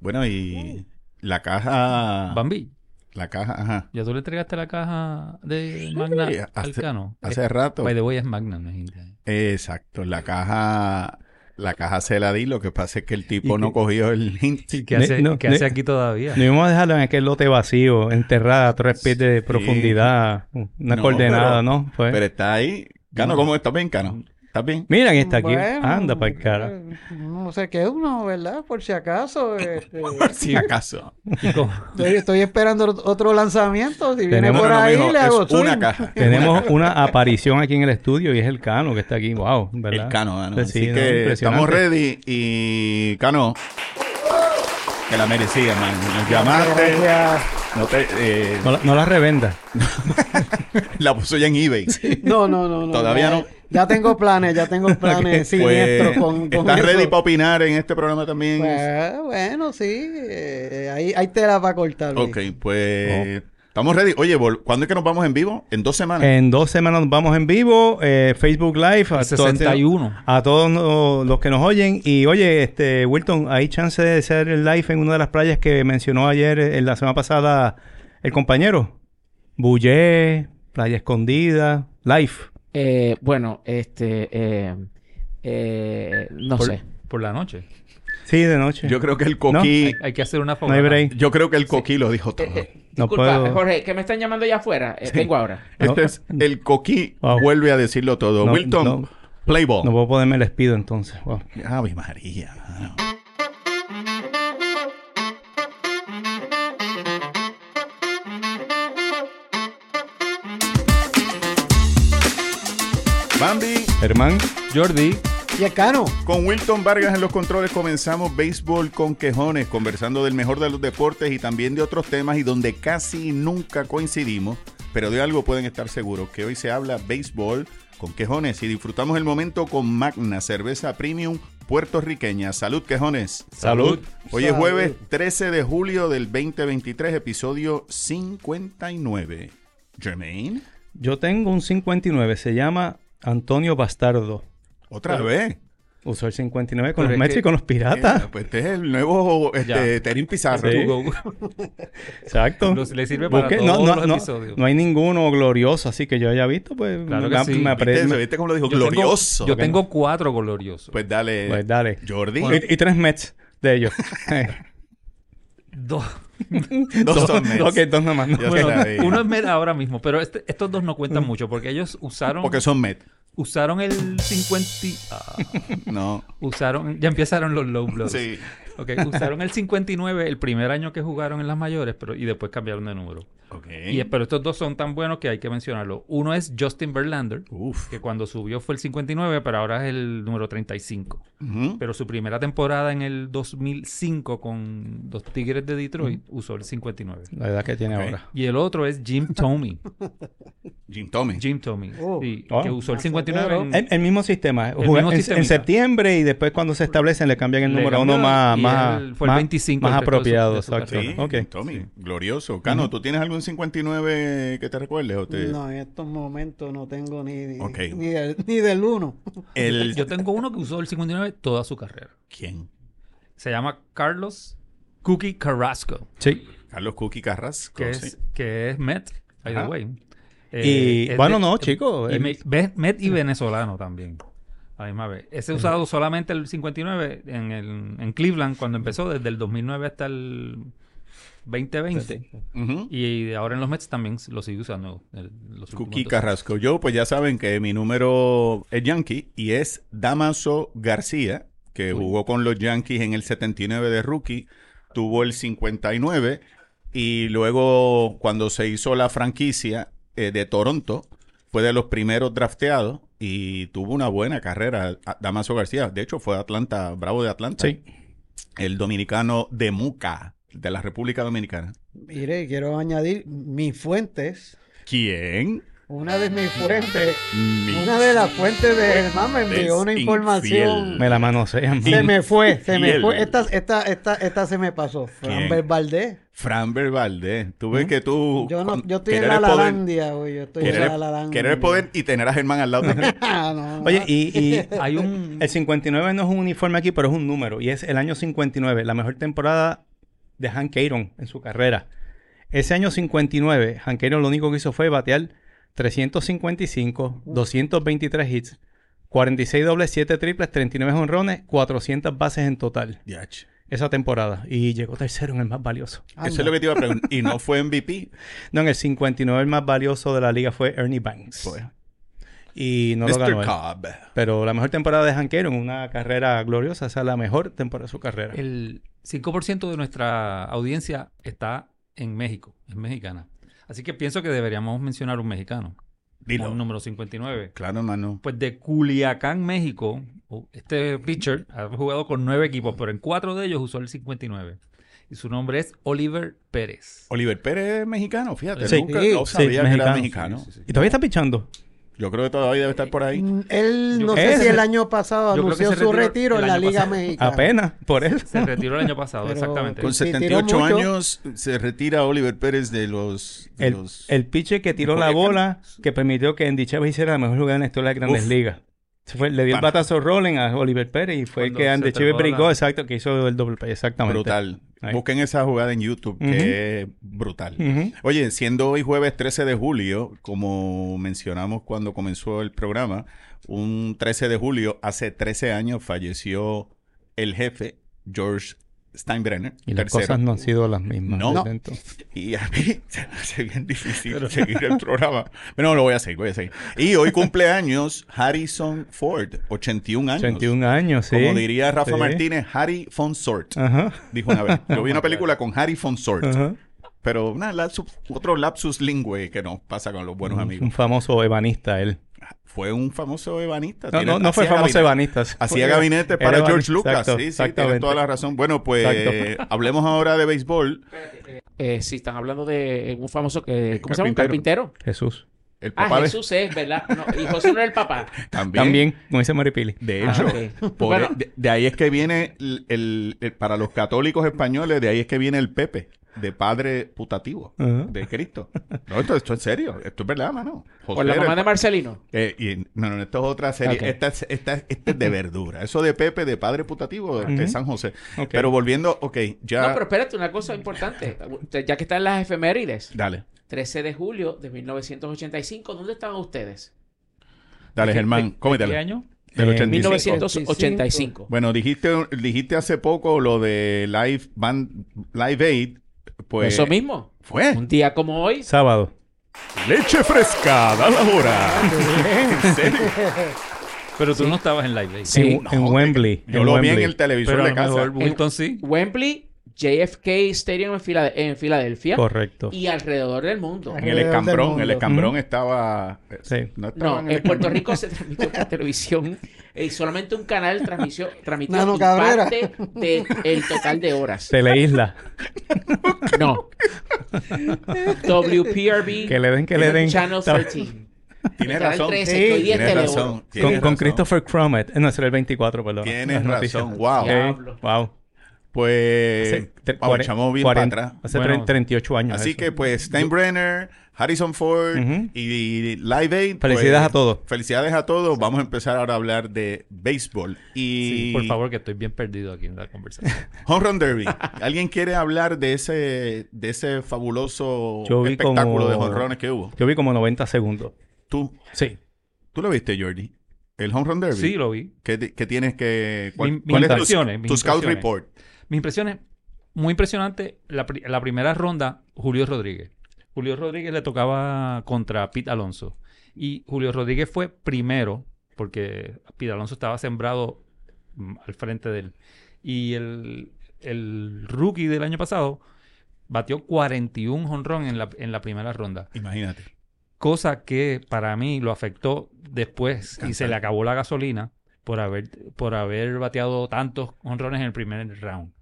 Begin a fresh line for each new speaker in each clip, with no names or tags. Bueno, y la caja.
Ah.
Bambi,
La caja, ajá.
ya tú le entregaste la caja de
Sí,
Magna
hace-
Alcano.
Hace
Eh,
rato.
by the way, es Magna, no eh, es Inca.
Exacto. La caja. La caja se la di. Lo que pasa es que el tipo
Y
no
que-
cogió el hint.
¿Qué
Ne-
hace,
no,
qué
ne-
hace aquí todavía?
No íbamos a dejarlo en aquel lote vacío, enterrada a tres pies de
Sí.
profundidad, una
No,
coordenada,
pero-
¿no? Pues-
Pero está ahí. Cano, ¿cómo estás bien, Cano? ¿Estás bien?
Mira quién está aquí.
Bueno,
Anda para el cara.
eh, No sé qué uno, ¿verdad? Por si acaso. este,
Si acaso.
¿Y cómo?
estoy, estoy esperando otro lanzamiento. Si viene
Tenemos-
por
Bueno,
ahí,
mijo,
le hago
es una
zoom.
caja.
Tenemos una aparición aquí en el estudio y es el Cano que está aquí. Wow, ¿verdad? Pues
El Cano, Cano.
Sí,
Así
no,
que
impresionante.
estamos ready y Cano, que la merecía, man. Nos llamaste, no te, eh,
No, la- no la revenda.
la puso ya en eBay.
No, no, no, no.
Todavía
ya,
no.
Ya tengo planes, ya tengo planes siniestros
Pues,
con, con
¿Estás
eso.
ready para opinar en este programa también?
Pues, bueno, sí. eh, hay, hay tela para cortar. Luis.
ok, pues estamos ready. Oye, vol- ¿cuándo es que nos vamos en vivo? En dos semanas.
En dos semanas nos vamos en vivo, eh, Facebook Live. A,
El 61.
a todos no- los que nos oyen. Y oye, este Wilton, ¿hay chance de hacer el live en una de las playas que mencionó ayer, eh, la semana pasada, el compañero? Bullé, Playa Escondida, live.
Eh, bueno, este, eh, eh, no
por,
sé.
por la noche.
Sí, de noche.
Yo creo que el coquí,
Hay, hay que hacer una
no
fogata.
hay break.
yo creo que el coquí lo dijo todo.
Eh, eh,
No
disculpa,
puedo.
Jorge, que me están llamando allá afuera. Eh, Vengo ahora.
Este
no.
es el coquí
Wow.
vuelve a decirlo todo.
No,
Wilton,
no.
play ball.
No puedo ponerme el despido entonces. Wow.
Ave María. mano. Bambi,
Germán.
Jordi,
Y el cano.
con Wilton Vargas en los controles comenzamos béisbol con quejones, conversando del mejor de los deportes y también de otros temas y donde casi nunca coincidimos, pero de algo pueden estar seguros, que hoy se habla béisbol con quejones y disfrutamos el momento con Magna, cerveza premium puertorriqueña. Salud quejones.
Salud.
Hoy es
Salud.
jueves 13 de julio del 2023, episodio 59. Jermaine,
Yo tengo un 59, se llama Antonio Bastardo.
otra vez.
Usó el 59 con
Pero
los
es
Mets
que-
y con los piratas.
Eh, pues este es el nuevo este,
Ya.
Terín Pizarro.
Sí.
Hugo,
Exacto.
pues, Los- le sirve para
Busqué-
todos
no, no,
los
no,
episodios.
no hay ninguno glorioso, así que yo haya visto, pues
Claro
me,
que sí.
me apre-
¿Viste, eso?
me-
¿Viste cómo lo dijo?
yo tengo-
Glorioso.
yo tengo cuatro gloriosos.
Pues dale.
Pues dale.
Jordi.
Y, y tres Mets de ellos.
Dos.
dos son Mets.
Ok, dos nomás. ¿no?
Ya
Bueno,
está
eh.
ahí.
uno es Med ahora mismo, pero este- estos dos no
Mm.
cuentan mucho porque ellos usaron
Porque son Met.
usaron el 50 y- ah,
No.
usaron ya empezaron los low blows.
Sí.
Ok, usaron el 59 el primer año que jugaron en las mayores, pero y después cambiaron de número.
Ok.
Y, pero estos dos son tan buenos que hay que mencionarlo. Uno es Justin Verlander,
Uf.
que cuando subió fue el 59, pero ahora es el número 35.
Ujú.
Pero su primera temporada en el 2005 con los Tigres de Detroit usó el 59.
La edad que tiene
Ok.
ahora.
Y el otro es Jim Tomey.
Jim Tommy.
Jim Tomey.
Oh.
sí,
Oh.
Que usó el 59 en-
El, el mismo sistema.
mismo
Juega en,
sistemita.
en septiembre y después cuando se establecen le cambian el
Le
número a uno
cambian
más,
y
más,
él fue el
más-
25
más
el resto de su- de
apropiado.
su
exacto.
carrera.
Sí,
Ok.
Jim Tommy. Glorioso. Cano, ¿tú tienes algún 59 que te recuerdes? O te...
No, en estos momentos no tengo ni, ni,
Ok.
ni del, ni del uno.
El...
Yo tengo uno que usó el 59 toda su carrera.
¿Quién?
Se llama Carlos Cookie Carrasco,
Sí.
Carlos Cookie Carrasco.
que,
sí.
es, que es Met, by
Ajá.
the way.
Y-
Eh, es
bueno, no, eh, chico,
Y
él-
me- ve- Met y venezolano también. A la misma vez. Ese usado solamente el 59 en, el, en Cleveland cuando empezó, desde el 2009 hasta el 2020.
Ujú.
Y ahora en los Mets también lo sigue usando. el- los últimos
Cookie
dos.
Carrasco. Yo, pues ya saben que mi número es Yankee y es Damaso García, que jugó con los Yankees en el 79 de rookie, tuvo el 59 y luego cuando se hizo la franquicia eh, de Toronto, fue de los primeros drafteados y tuvo una buena carrera a- Damaso García. De hecho, fue Atlanta, bravo de Atlanta.
Sí.
El dominicano de Muca, de la República Dominicana.
Mire, quiero añadir mis fuentes.
¿Quién?
Una de mis fuentes,
Mi-
una de las fuentes de Germán me envió una
Fuentes
información.
infiel.
Me la manosean.
Se me fue, se me
Fiel.
fue. Esta, esta, esta, esta se me pasó.
¿Quién?
Amber Valdés.
Framber Valdés. Tú ves que tú.
¿Mm? Yo, no,
con-
yo estoy en
querer
la
el poder-
Lalandia, güey. Yo estoy en
Querer,
la Lalandia.
querer el poder y tener a Germán al lado también.
Ah, no, no.
Oye, y, y
Hay un...
el 59 no es un uniforme aquí, pero es un número. Y es el año 59, la mejor temporada de Hank Aaron en su carrera. Ese año 59, Hank Aaron lo único que hizo fue batear 355, 223 hits, 46 dobles, 7 triples, 39 honrones, 400 bases en total
Yach.
esa temporada. Y llegó tercero en el más valioso.
Eso es lo que te iba a preguntar. Y no fue MVP.
No, en el 59 el más valioso de la liga fue Ernie Banks.
Pues.
Y no lo ganó
Mr.
él.
Cobb.
Pero la mejor temporada de Hank Aaron, una carrera gloriosa, esa es la mejor temporada de su carrera.
El 5% de nuestra audiencia está en México, es mexicana. Así que pienso que deberíamos mencionar un mexicano.
Dilo.
Un número 59.
Claro, mano.
Pues de Culiacán, México, oh, este pitcher ha jugado con nueve equipos, pero en cuatro de ellos usó el 59. Y su nombre es Oliver Pérez.
Oliver Pérez es mexicano, fíjate.
Sí.
Nunca
Sí,
no
sí,
sabía que era
mexicano.
mexicano.
Sí, sí, sí.
Y todavía está pichando.
Yo creo que todavía debe estar por ahí.
Mm, Él,
Yo-
no sé si
Ese-
el año pasado
yo creo que
anunció
se
su
retiró
retiro
el
en la
año
Liga
pasado.
Mexicana.
Apenas, por eso.
Se retiró el año pasado,
Pero-
exactamente.
Con
Sí, tiró
78
mucho.
años se retira Oliver Pérez de los. de
El,
los-
el pitcher que tiró la bola que permitió que Andy Chávez hiciera la mejor jugada en la historia de las grandes
Uf.
ligas. Se fue- le dio el
Pana.
batazo rolling a Oliver Pérez y fue el
Cuando
que
se
Andy Chávez
trepó la-
brincó, exacto, que hizo el doble play, exactamente.
Brutal.
Ahí.
Busquen esa jugada en YouTube, que
Ujú. Mm.
es brutal.
Ujú.
Oye, siendo hoy jueves 13 de julio, como mencionamos cuando comenzó el programa, un 13 de julio, hace 13 años, falleció el jefe, George Steinbrenner,
Y las
tercero.
cosas no han sido las mismas.
No.
desde entonces.
Y a mí se me hace bien difícil seguir el programa. Pero no, lo voy a seguir, voy a seguir. Y hoy cumpleaños Harrison Ford, 81 años.
81 años, sí.
Como diría Rafa
Sí.
Martínez, Harry Fonsort.
Ajá,
Dijo una vez. Yo vi una película con Harry Fonsort.
ajá.
Pero nada, lapsus- otro lapsus lingüe que nos pasa con los buenos amigos.
Un famoso ebanista él.
Fue un famoso ebanista.
No,
Tiene-
no, no fue
hacía
famoso
gabinete-
ebanista.
Hacía
Fue-
gabinete para
era
George
ebanista,
Lucas. sí,
exacto,
sí, tienes
exactamente.
toda la razón. Bueno, pues
Exacto.
hablemos ahora de béisbol.
Eh, sí, están hablando de un famoso que...
El
¿Cómo se llama? ¿Un
carpintero.
carpintero?
Jesús.
El papá
Ah,
de-
Jesús es, ¿verdad? No, y José no era el papá.
también.
También, como dice Maripili.
De
Ah,
hecho,
ok.
por-
Bueno.
de, de ahí es que viene el, el- el- para los católicos españoles, de ahí es que viene el Pepe, de padre putativo
Ajá.
de Cristo. No, esto, esto es serio, esto es verdad, mano. José
Por la
era
mamá
el
de
pa-
Marcelino.
Eh, y- no, no, esto es otra serie.
Ok.
Esta, es- esta, es- esta es de verdura. Eso de Pepe, de padre putativo, de
Ujú.
San José.
Ok.
Pero volviendo, ok, ya.
No, pero espérate, una cosa importante. Usted- Ya que están las efemérides.
Dale,
13 de julio de 1985. ¿Dónde estaban ustedes?
dale, Germán,
¿Qué
cómetela.
año?
Del
Eh,
85.
1985.
Bueno, dijiste, dijiste hace poco lo de Live Band, Live Aid. Pues,
Eso mismo.
Fue.
Un día como hoy.
Sábado.
Leche fresca, da la hora. ¿En serio?
Pero tú no estabas en live. Aid.
Sí.
en, en Wembley.
Yo lo vi en el televisor
Pero a
de
lo
casa.
mejor Wilton sí.
Wembley, JFK Stadium en, Filade- en Filadelfia.
Correcto.
Y alrededor del mundo.
En el escambrón, el
Ujú.
escambrón estaba.
Sí.
No, estaba
No,
en el
en Puerto
escambrón.
Rico se transmitió por televisión y solamente un canal transmitió, transmitió
Nano
un
Cabrera.
parte del total de horas.
Teleisla.
No. WPRB.
Que le den, que le den.
Channel
Estaba-
13.
Tienes
El canal
razón.
13,
que hoy
tienes
día es Telemundo.
razón. tienes
Con, con
razón.
Christopher Crummett. Eh, No, será el 24, perdón.
Tienes
Las noticias.
razón. Wow.
Ya.
Ok,
Diablo.
Wow.
Pues.
tre-
wow,
cuare-
echamos bien para
cuarenta-
atrás.
Hace
Bueno.
tre- 38 años.
Así
eso.
que, pues, Steinbrenner, Harrison Ford
Ujú.
y Live Aid. pues,
Felicidades a todos.
Felicidades a todos. Vamos a empezar ahora a hablar de béisbol. Y
Sí, por favor, que estoy bien perdido aquí en la conversación.
Home Run Derby. ¿Alguien quiere hablar de ese, de ese fabuloso
Yo vi
espectáculo
como-
de jonrones que hubo?
Yo vi como 90 segundos.
Tú,
Sí.
tú lo viste, Jordi. El Home Run Derby.
sí, lo vi.
¿Qué, ti- qué tienes que...?
Mi- mis
tu-
impresiones,
tu,
mis
scout
impresiones.
report?
Mis impresiones, muy impresionante. La, pri- la primera ronda, Julio Rodríguez. Julio Rodríguez le tocaba contra Pete Alonso. Y Julio Rodríguez fue primero, porque Pete Alonso estaba sembrado mm, al frente de él. Y el, el rookie del año pasado batió 41 honrón en la, en la primera ronda.
Imagínate.
Cosa que para mí lo afectó después y se le acabó la gasolina por haber, por haber bateado tantos honrones en el primer round.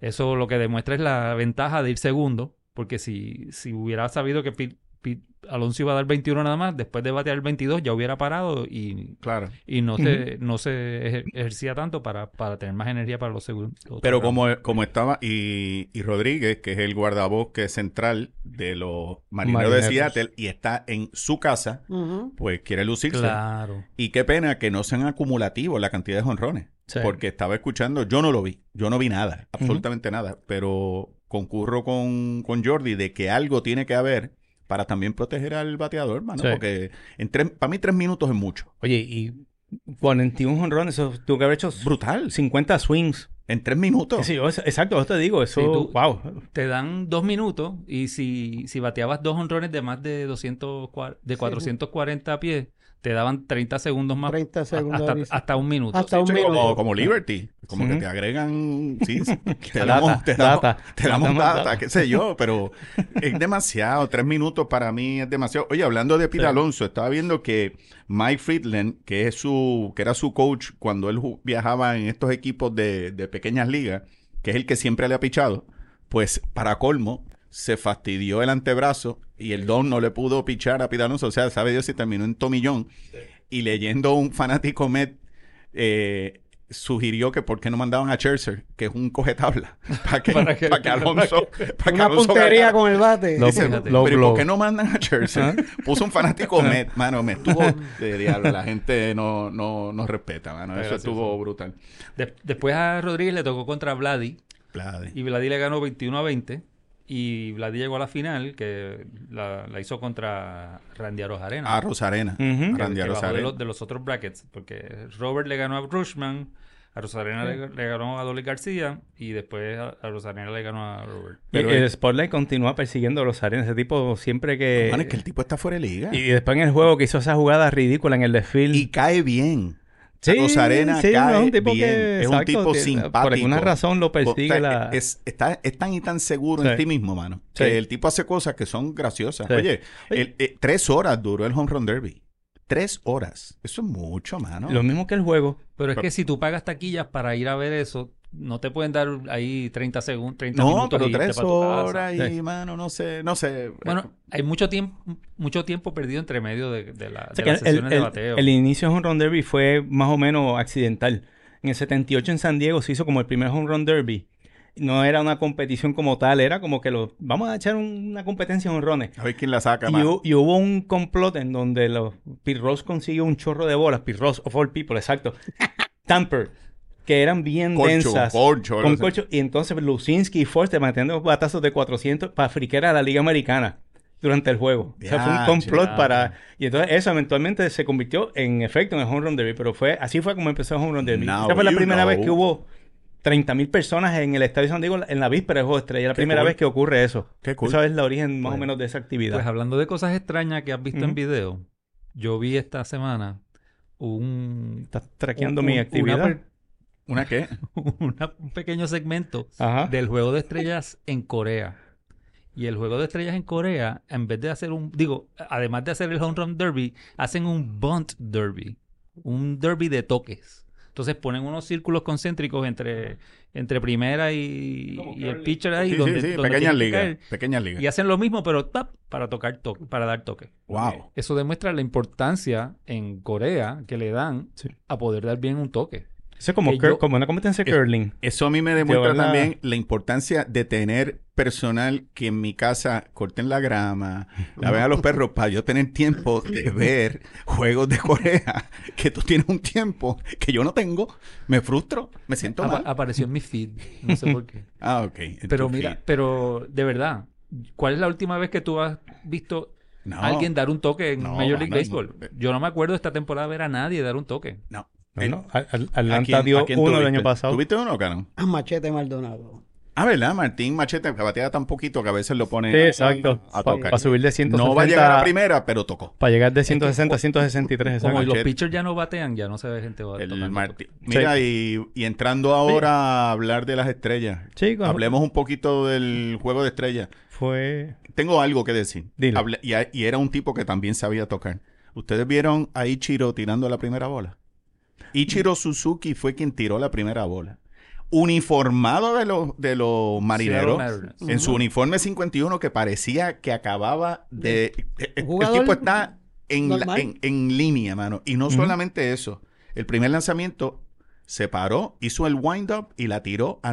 Eso lo que demuestra es la ventaja de ir segundo, porque si, si hubiera sabido que Pete- Pete Alonso iba a dar 21 nada más, después de batear el 22 ya hubiera parado y,
Claro.
y no, se, no se ejer- ejercía tanto para, para tener más energía para los segundos.
Pero como, e, como estaba, y, y Rodríguez, que es el guardabosque central de los marineros de
Marineros.
Seattle, y está en su casa,
Ujú.
pues quiere lucirse.
Claro.
Y qué pena que no sean acumulativos la cantidad de jonrones.
Sí.
Porque estaba escuchando, yo no lo vi, yo no vi nada, absolutamente nada, pero concurro con, con Jordi de que algo tiene que haber para también proteger al bateador, mano.
Sí.
Porque en tres- para mí tres minutos es mucho.
Oye, y 41 honrones, eso tuvo que haber hecho
Brutal.
50 swings.
En tres minutos.
Qué sé yo, eso- exacto, eso te digo, eso,
Sí, tú-
wow.
Te dan dos minutos y si, si bateabas dos honrones de más de, 200, cua- de 440 pies, te daban 30 segundos más.
30 segundos de
Hasta,
aviso.
hasta un minuto.
Hasta un
Sí,
minuto.
como, como Liberty. Como
Sí.
que te agregan. Sí, sí, te
Data,
damos, te damos-
data.
te damos
Damos
data,
data.
qué sé yo, pero es demasiado. Tres minutos para mí es demasiado. Oye, hablando de Pete Alonso, estaba viendo que Mike Friedland, que es su, que era su coach cuando él ju- viajaba en estos equipos de, de pequeñas ligas, que es el que siempre le ha pichado, pues para colmo, se fastidió el antebrazo y el don no le pudo pichar a Pete Alonso. O sea, sabe Dios si terminó en tomillón. Y leyendo un fanático Met, eh, sugirió que por qué no mandaban a Scherzer, que es un cogetabla, para que,
Para que-
para que Alonso... para que
Una
Alonso
puntería
ganara.
con el bate.
Lo-
Dice,
Fíjate.
pero ¿y
lo-
por qué no mandan a Scherzer? Puso un fanático Met, mano, me estuvo de diablo. La gente no, no, no respeta, mano.
Está
Eso
gracioso.
estuvo brutal.
De- después a Rodríguez le tocó contra Vladi y Vladi le ganó 21 a 20 y Vladi llegó a la final que la, la hizo contra Randy Arozarena.
A Rosarena.
Ujú.
a
que-
Ah, Randy
que bajó
Arozarena.
De, los, de los otros brackets, porque Robert le ganó a Rushman, a Rosarena le, le ganó a Dolly García y después a, a Rosarena le ganó a Robert. Eh,
Pero
y el
es-
Spotlight continúa persiguiendo a los arenas. Ese tipo siempre que...
Mano, es que el tipo está fuera de liga.
Eh, Y después en el juego que hizo esa jugada ridícula en el desfile.
Y cae bien.
Sí,
Rosarena
sí,
cae
no,
bien. es un
exacto,
tipo
que,
simpático.
Por alguna razón lo persigue
O sea,
la...
es, está, es tan y tan seguro
Sí.
en sí mismo, mano.
Sí.
Que el tipo hace cosas que son graciosas.
Sí.
Oye,
Oye.
el- eh, tres horas duró el home run derby. Tres horas. Eso es mucho, mano.
Lo mismo que el juego.
Pero es
Pero-
que si tú pagas taquillas para ir a ver eso, no te pueden dar ahí 30 segundos, 30
no,
minutos
pero
y irte
tres
pa' tu casa.
horas y,
Sí.
mano, no sé, no sé.
Bueno, hay mucho tiempo, mucho tiempo perdido entre medio de, de la-
O
de
sea, que
las
el,
sesiones
el-
de bateo.
el inicio de Home Run Derby fue más o menos accidental. En el 78 en San Diego se hizo como el primer Home Run Derby. No era una competición como tal, era como que los vamos a echar un- una competencia de honrones.
a ver quién la saca,
Y,
mano.
hu- y hubo un complot en donde los Pirros consiguió un chorro de bolas, Pirros of all people, exacto. Tamper, que eran bien
Corcho,
densas.
corcho,
con
algo así.
corcho. Y entonces Luzinski y Forster manteniendo batazos de 400 para friquear a la Liga Americana durante el juego. o sea, fue un
Ya,
complot
ya.
para... Y entonces eso eventualmente se convirtió en efecto en el Home Run Derby, pero fue así fue como empezó el Home Run Derby.
Now
Esa fue la
you
primera
know.
vez que hubo 30.000 personas en el Estadio San Diego en la víspera del Juego de Estrella. La
Qué
primera
cool.
vez que ocurre eso.
Qué cool.
Esa es la origen más o
Bueno.
menos de esa actividad.
Pues hablando de cosas extrañas que has visto en
Ujú.
video, yo vi esta semana un...
Estás traqueando
un-
mi
una
actividad.
per-
¿Una qué?
una- un pequeño segmento
Ajá.
del juego de estrellas en Corea. Y el juego de estrellas en Corea, en vez de hacer un, digo, además de hacer el home run derby, hacen un bunt derby, un derby de toques. Entonces ponen unos círculos concéntricos entre, entre primera y, y el pitcher ahí.
Sí,
donde,
sí, sí,
donde
pequeñas
tienen que
ligas.
caer.
Pequeñas ligas.
Y hacen lo mismo, pero tap, para tocar toque, para dar toque.
Wow.
Eso demuestra la importancia en Corea que le dan
Sí.
a poder dar bien un toque.
Eso es como,
que
cur-
yo-
como una competencia de
Es-
curling.
Eso a mí me demuestra
verdad.
también la importancia de tener personal que en mi casa corten la grama, la vean a los perros, para yo tener tiempo de ver juegos de Corea, que tú tienes un tiempo que yo no tengo, me frustro, me siento
Apa-
mal.
apareció en mi feed, no sé por qué.
Ah, ok. en
Ah, Pero
tu
mira,
feed.
pero de verdad, ¿cuál es la última vez que tú has visto
No,
a alguien dar un toque en
No,
Major League
mano,
Baseball?
no. eh.
Yo no me acuerdo esta temporada ver a nadie dar un toque.
no.
Bueno,
¿A
Al- Al- Atlanta
quién- a
dio
quién
uno el
tuviste?
año pasado.
¿Tuviste uno, Cano?
Ah, Machete Maldonado.
Ah, ¿verdad? Martín Machete, que batea tan poquito que a veces lo pone
Sí, exacto.
a
Para
tocar.
subir de 160.
no va a llegar a la primera, pero tocó.
Para llegar de 160 a 163.
Como
Exacto.
los
Machete.
pitchers ya no batean, ya no se ve gente va-
El
tocando
Martí.
toque.
Mira, y, y entrando ahora a hablar de las estrellas.
Chicos,
Hablemos un poquito del juego de estrellas.
fue...
Tengo algo que decir.
Dilo.
Habla- y, a- y era un tipo que también sabía tocar. ¿Ustedes vieron a Ichiro tirando la primera bola? Ichiro Suzuki fue quien tiró la primera bola. Uniformado de los, de los marineros.
Mariners.
En su uniforme 51 que parecía que acababa de... eh, eh, El
Jugador
tipo está en, la-
normal.
en, en línea, mano. Y no solamente eso. El primer lanzamiento se paró, hizo el wind-up y la tiró a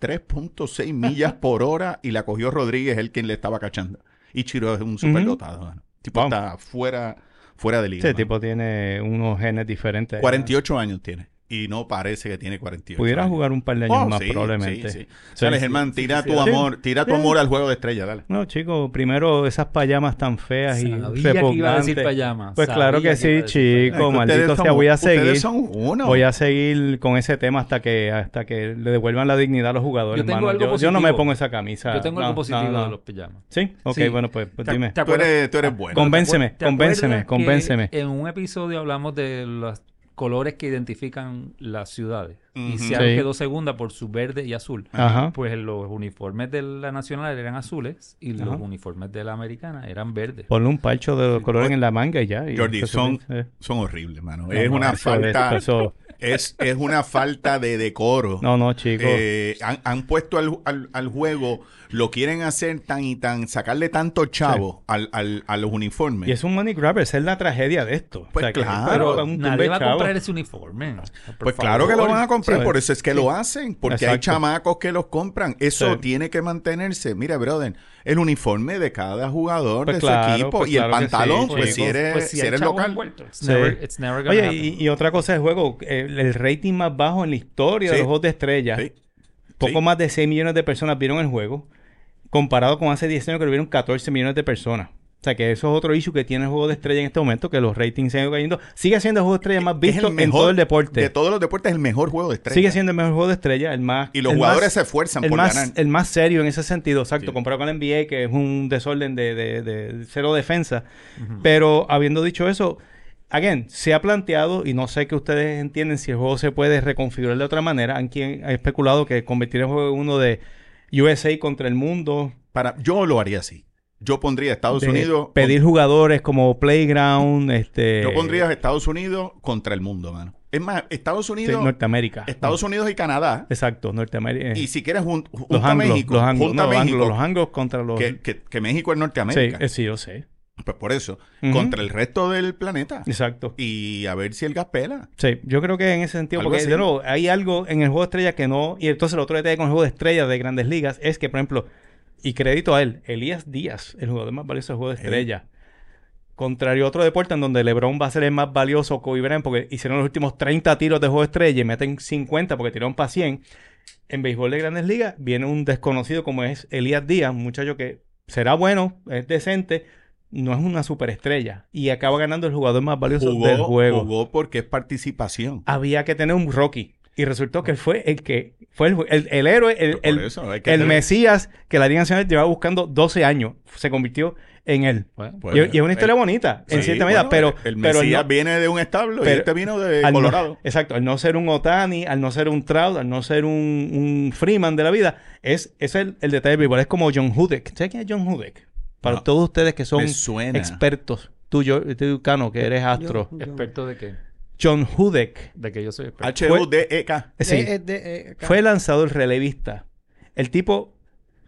93.6 millas por hora y la cogió Rodríguez, el quien le estaba cachando. Y Chiro es un superdotado, mano. El tipo
Wow.
está fuera, fuera de liga.
Ese
mano.
tipo tiene unos genes diferentes.
48 años tiene. y no parece que tiene 48.
Pudiera
años.
jugar un par de años
Oh,
más,
sí,
probablemente.
Sí, sí. Dale,
Sí.
Germán, tira
sí.
tu amor, tira tu
Sí.
amor al juego de estrella, dale.
No, chico, primero esas payamas tan feas y
Sabía que
repugnantes.
iba a decir payama.
Pues claro
Sabía
que
iba a
sí,
decir
Es que
chico,
ustedes
maldito
son-
sea, voy a
ustedes
seguir.
son uno.
Voy a seguir con ese tema hasta que hasta que le devuelvan la dignidad a los jugadores,
Yo tengo
hermano.
algo
yo, yo no me
positivo.
pongo esa camisa.
Yo tengo
No,
algo positivo
no, no.
de los pijamas.
Sí, ok,
Sí.
bueno, pues, pues
¿Te-
dime.
te
Tú
acuerdas-
eres, tú eres bueno.
Con- Convénceme,
¿Te acuerdas
convénceme,
que
convénceme.
En un episodio hablamos de los colores que identifican las ciudades.
Ujú.
Y Seattle
Sí.
quedó segunda por su verde y azul.
Ajá.
Pues los uniformes de la nacional eran azules y
Ajá.
los uniformes de la americana eran verdes.
Ponle un parcho de los colores en la manga y ya. y
Jordi,
eso se-
son-
eh.
Son horribles, mano.
No,
es
no,
una
eso-
falta,
eso-
es, es una falta de decoro.
no, no, chico.
Eh, han, han puesto al, al- al juego, lo quieren hacer tan y tan, sacarle tanto chavo al, al- a los uniformes.
y es un money grabber, esa es la tragedia de esto.
Pues
que
claro.
esto era
Pero
un
nadie
tumbe
va a
chavo. Ah,
comprar ese uniforme. Por
Pues
favor.
claro que lo van a comprar,
Sí.
por eso es que lo hacen, porque hay
Exacto.
chamacos que los compran. Eso
Sí.
tiene que mantenerse. Mira, brother, el uniforme de cada jugador
Pues
de
claro,
su equipo
pues
y el
claro que sí,
pantalón, pues
chicos.
si eres,
Pues
si
hay
eres
chavos
local.
envueltos, It's
Sí.
never, it's never gonna
Oye,
happen.
y, y otra cosa del juego, el, el rating más bajo en la historia
Sí.
de los Juegos de Estrellas.
Sí.
Poco
Sí.
más de 6 millones de personas vieron el juego, comparado con hace 10 años que lo vieron 14 millones de personas. O sea que eso es otro issue que tiene el juego de estrella en este momento, que los ratings se han ido cayendo. Sigue siendo el juego de estrella más
Es
visto en todo el deporte.
De todos los deportes, el mejor juego de estrellas.
Sigue siendo el mejor juego de estrella, el más...
Y los
el
jugadores
más-
se esfuerzan
el
por
más,
ganar.
el más serio en ese sentido, exacto,
Sí.
comparado con la NBA, que es un desorden de, de- de cero defensa. Pero habiendo dicho eso, again, se ha planteado, y no sé que ustedes entienden si el juego se puede reconfigurar de otra manera, han, quien, ha especulado que convertir el juego en uno de USA contra el mundo,
Para, yo lo haría así. Yo pondría a Estados
de
Unidos.
pedir jugadores como Playground, este...
Yo pondría a Estados Unidos contra el mundo, mano. Es más, Estados
sí,
Unidos,
este, Norteamérica.
Estados Unidos y Canadá.
Exacto, Norteamérica. eh,
Y si quieres, jun- junta
los anglos,
México.
los anglos,
junta
no, los
México.
anglos, los anglos contra los...
que, que- que México es
sí,
Norteamérica.
eh, sí, yo sé.
Pues por eso.
Ujú.
Contra el resto del planeta.
Exacto.
Y a ver si el gas pela.
Sí, yo creo que en ese sentido,
Algo
porque
así.
de nuevo, hay algo en el juego de estrellas que no. Y entonces el otro detalle con el juego de estrellas de grandes ligas es que, por ejemplo, y crédito a él, Elías Díaz, el jugador más valioso del juego de
Él.
estrellas. Contrario a otro deporte en donde LeBron va a ser el más valioso, Kobe Bryant, porque hicieron los últimos 30 tiros de juego de estrella y meten 50 porque tiraron para 100. En béisbol de grandes ligas viene un desconocido como es Elías Díaz, un muchacho que será bueno, es decente, no es una superestrella y acaba ganando el jugador más valioso del juego Ah,
jugó porque es participación.
había que tener un Rocky. Y resultó que fue el que fue el, el- el héroe, el,
Pues por
el,
eso, hay que
el
tener-
Mesías que la Liga Nacional llevaba buscando 12 años. Se convirtió en él.
Bueno,
Pues,
y, y es una historia
el-
bonita, en
sí,
cierta medida,
bueno,
pero.
El
pero al
Mesías
no-
viene de un establo y
pero-
este vino de
al no-
Colorado.
exacto, al no ser un Otani, al no ser un Trout, al no ser un, un Freeman de la vida, es, es el, el detalle del béisbol. Es como John Hudek. ¿Sabes quién es John Hudek? Para
No.
todos ustedes que son
Me suena.
expertos, tú, yo, tú, Cano, que eres astro.
Yo- yo-
¿Experto de qué?
John Hudek.
De que yo soy experto.
H-U-D-E-K.
Sí.
Eh, eh, de- eh,
Fue lanzador relevista. El tipo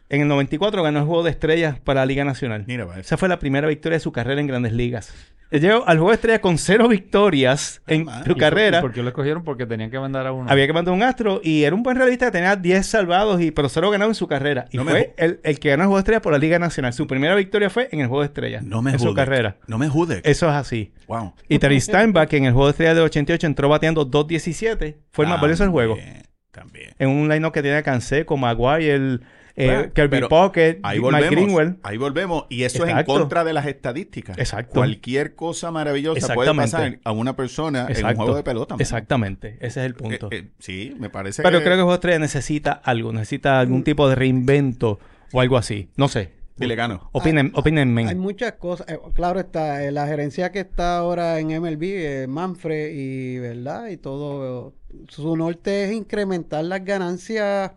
en el 94 ganó el juego de estrellas para la Liga Nacional.
Mira, va,
Esa fue la primera victoria de su carrera en Grandes Ligas. Él Llegó al juego de estrellas con cero victorias en
Ah,
su
¿Y por-
carrera.
¿Y por qué lo escogieron? Porque tenían que mandar a uno.
Había que mandar un astro y era un buen relevista que tenía 10 salvados, y, pero cero ganado en su carrera. Y
No me
fue el, el que ganó el juego de estrellas por la Liga Nacional. Su primera victoria fue en el juego de estrellas.
No me
En su
jude.
carrera.
No me jude.
Eso es así.
Wow.
Y Terry Steinbach, que en el juego de estrellas del 88 entró bateando 2.17, fue
Ah,
el más valioso del juego.
También, También.
en un line-up que tenía Canseco, Maguire, el, eh,
Bueno,
Kirby
pero
Pocket,
Ahí
Mike
volvemos.
Greenwell.
Ahí volvemos. Y eso es
Exacto.
en contra de las estadísticas.
Exacto.
Cualquier cosa maravillosa puede pasar
Exactamente.
a una persona en un
Exacto.
juego de pelota. mano.
Exactamente, ese es el punto.
Eh, eh, sí, me parece
Pero
que... Mm.
creo que Juego 3 necesita algo, necesita algún tipo de reinvento o algo así. No sé.
Dile, Cano.
Opinen, opinenme.
Ah, Hay muchas cosas. Eh, claro está, eh, la gerencia que está ahora en MLB, eh, Manfred y verdad y todo, eh, su norte es incrementar las ganancias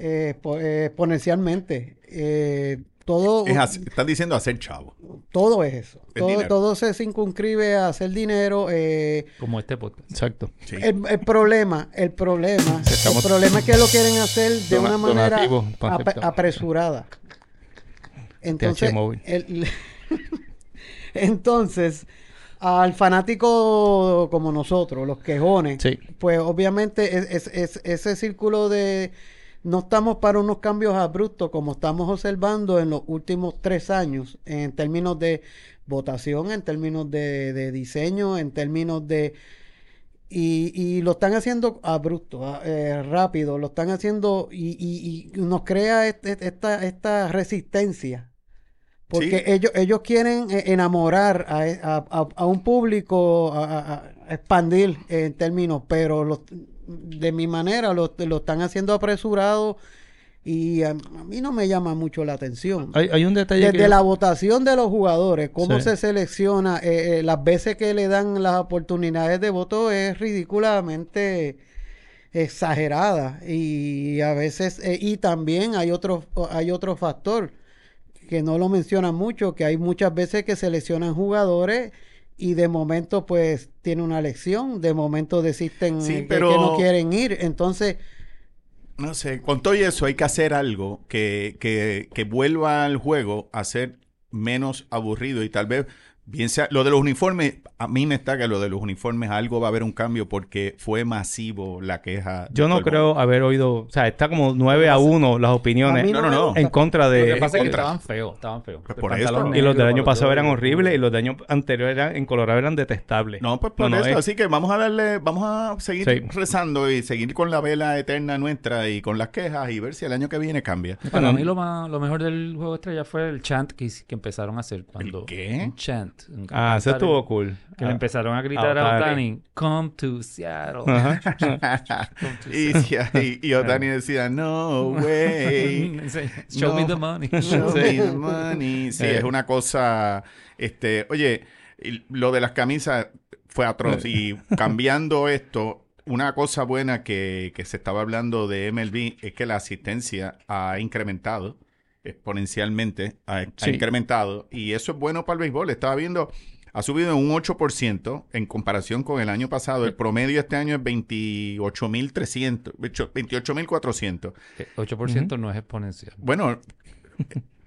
eh, expo- eh, exponencialmente. Eh, todo,
Es hacer- están diciendo hacer chavo.
todo es eso.
El
Todo,
dinero.
todo se circunscribe a hacer dinero. eh,
Como este podcast.
Exacto.
Sí.
el, el problema, el problema,
Estamos-
el problema es que lo quieren hacer de
Dona-
una manera
donativo,
ap-
aceptamos.
apresurada. Entonces,
móvil.
el- entonces, al fanático como nosotros, los quejones,
Sí.
pues obviamente es, es- es- ese círculo de no estamos para unos cambios abruptos como estamos observando en los últimos tres años en términos de votación, en términos de, de diseño, en términos de Y, y lo están haciendo abrupto, a- eh, rápido, lo están haciendo y, y- y nos crea este- esta, esta resistencia. Porque
Sí.
ellos, ellos quieren eh, enamorar a, e, a- a- a un público, a, a- a expandir en términos, pero los- de mi manera lo, lo están haciendo apresurado y a, a mí no me llama mucho la atención.
Hay, hay un detalle
Desde
que yo-
la votación de los jugadores, cómo
Sí.
se selecciona, eh, eh, las veces que le dan las oportunidades de voto es ridículamente exagerada y a veces eh, y también hay otro hay otro factor que no lo mencionan mucho, que hay muchas veces que seleccionan jugadores y de momento pues tiene una elección, de momento desisten
Sí,
eh, que-
pero-
que no quieren ir, entonces
No sé, con todo y eso hay que hacer algo que, que, que vuelva al juego a ser menos aburrido y tal vez, bien sea, lo de los uniformes, a mí me está que lo de los uniformes algo va a haber un cambio porque fue masivo la queja. de
Yo no
todo el
creo haber oído, o sea, está como 9 a 1 las
a mí
opiniones
no, no,
me
no.
gusta.
en Eh, contra
Lo que
de...
pasa es que
contra.
estaban feos, estaban feos.
Pues
El
por
pantalón
eso.
Y los del
negro,
año pasado eran
pantalón-
horribles y los del año anterior eran, en Colorado eran detestables.
No, pues por
No, no,
eso.
es-
Así que vamos a darle, vamos a seguir
Sí.
rezando y seguir con la vela eterna nuestra y con las quejas y ver si el año que viene cambia.
Para
Bueno,
mí lo, más, lo mejor del juego de estrella fue el chant que, hice- que empezaron a hacer cuando...
qué?
Un chant. un
Ah, eso
cantar-
estuvo cool.
Que le
Ah.
empezaron a gritar a
Ah, Otani.
Otani, come to Seattle.
Ajá.
y, y, y Otani decía, no, güey.
Sí, Show me
No.
the money.
Show
Sí.
me the money. Sí,
Eh.
es una cosa, este, oye, y lo de las camisas fue atroz.
Eh.
Y cambiando esto, una cosa buena que, que se estaba hablando de MLB es que la asistencia ha incrementado exponencialmente, ha, ha
Sí.
incrementado. Y eso es bueno para el béisbol. Estaba viendo, ha subido en un 8% en comparación con el año pasado. El promedio este año es 28.300, 28.400.
8% no es exponencial.
Bueno,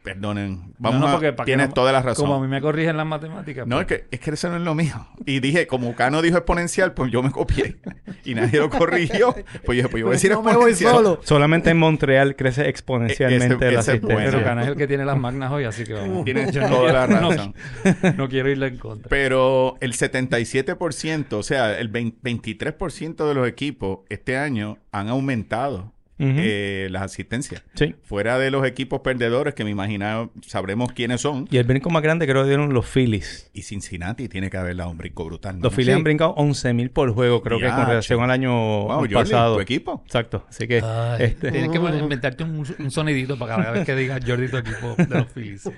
perdonen. Vamos
No,
a-
no, porque para que
tienes
no-
toda la razón.
Como a mí me corrigen las matemáticas.
No, es
pues,
que, es que eso no es lo mío. Y dije, como Cano dijo exponencial, pues yo me copié. Y nadie lo corrigió. Pues yo, pues yo voy a decir
No me voy
exponencial.
solo.
Solamente en Montreal crece exponencialmente
E-, Ese-
la
ese es
asistencia.
Pero
bueno.
Cana es el que tiene las magnas hoy, así que vamos.
Tienes
Yo no
toda la
quiero- no-
razón.
No quiero irle en contra.
Pero el 77%, o sea, el 20 23% de los equipos este año han aumentado
Ujú.
eh, las asistencias.
Sí.
Fuera de los equipos perdedores, que me imagino sabremos quiénes son.
Y el brinco más grande creo que dieron los Phillies.
Y Cincinnati tiene que haber dado un brinco brutal. ¿no?
Los Phillies
Sí.
han brincado 11.000 por juego, creo que con
Ya,
relación al año
Wow, Jordi,
Oh, pasado.
tu equipo.
Exacto. Así que
Ay,
este,
Tienes que inventarte un, un sonidito para cada vez que digas Jordi tu equipo de los Phillies.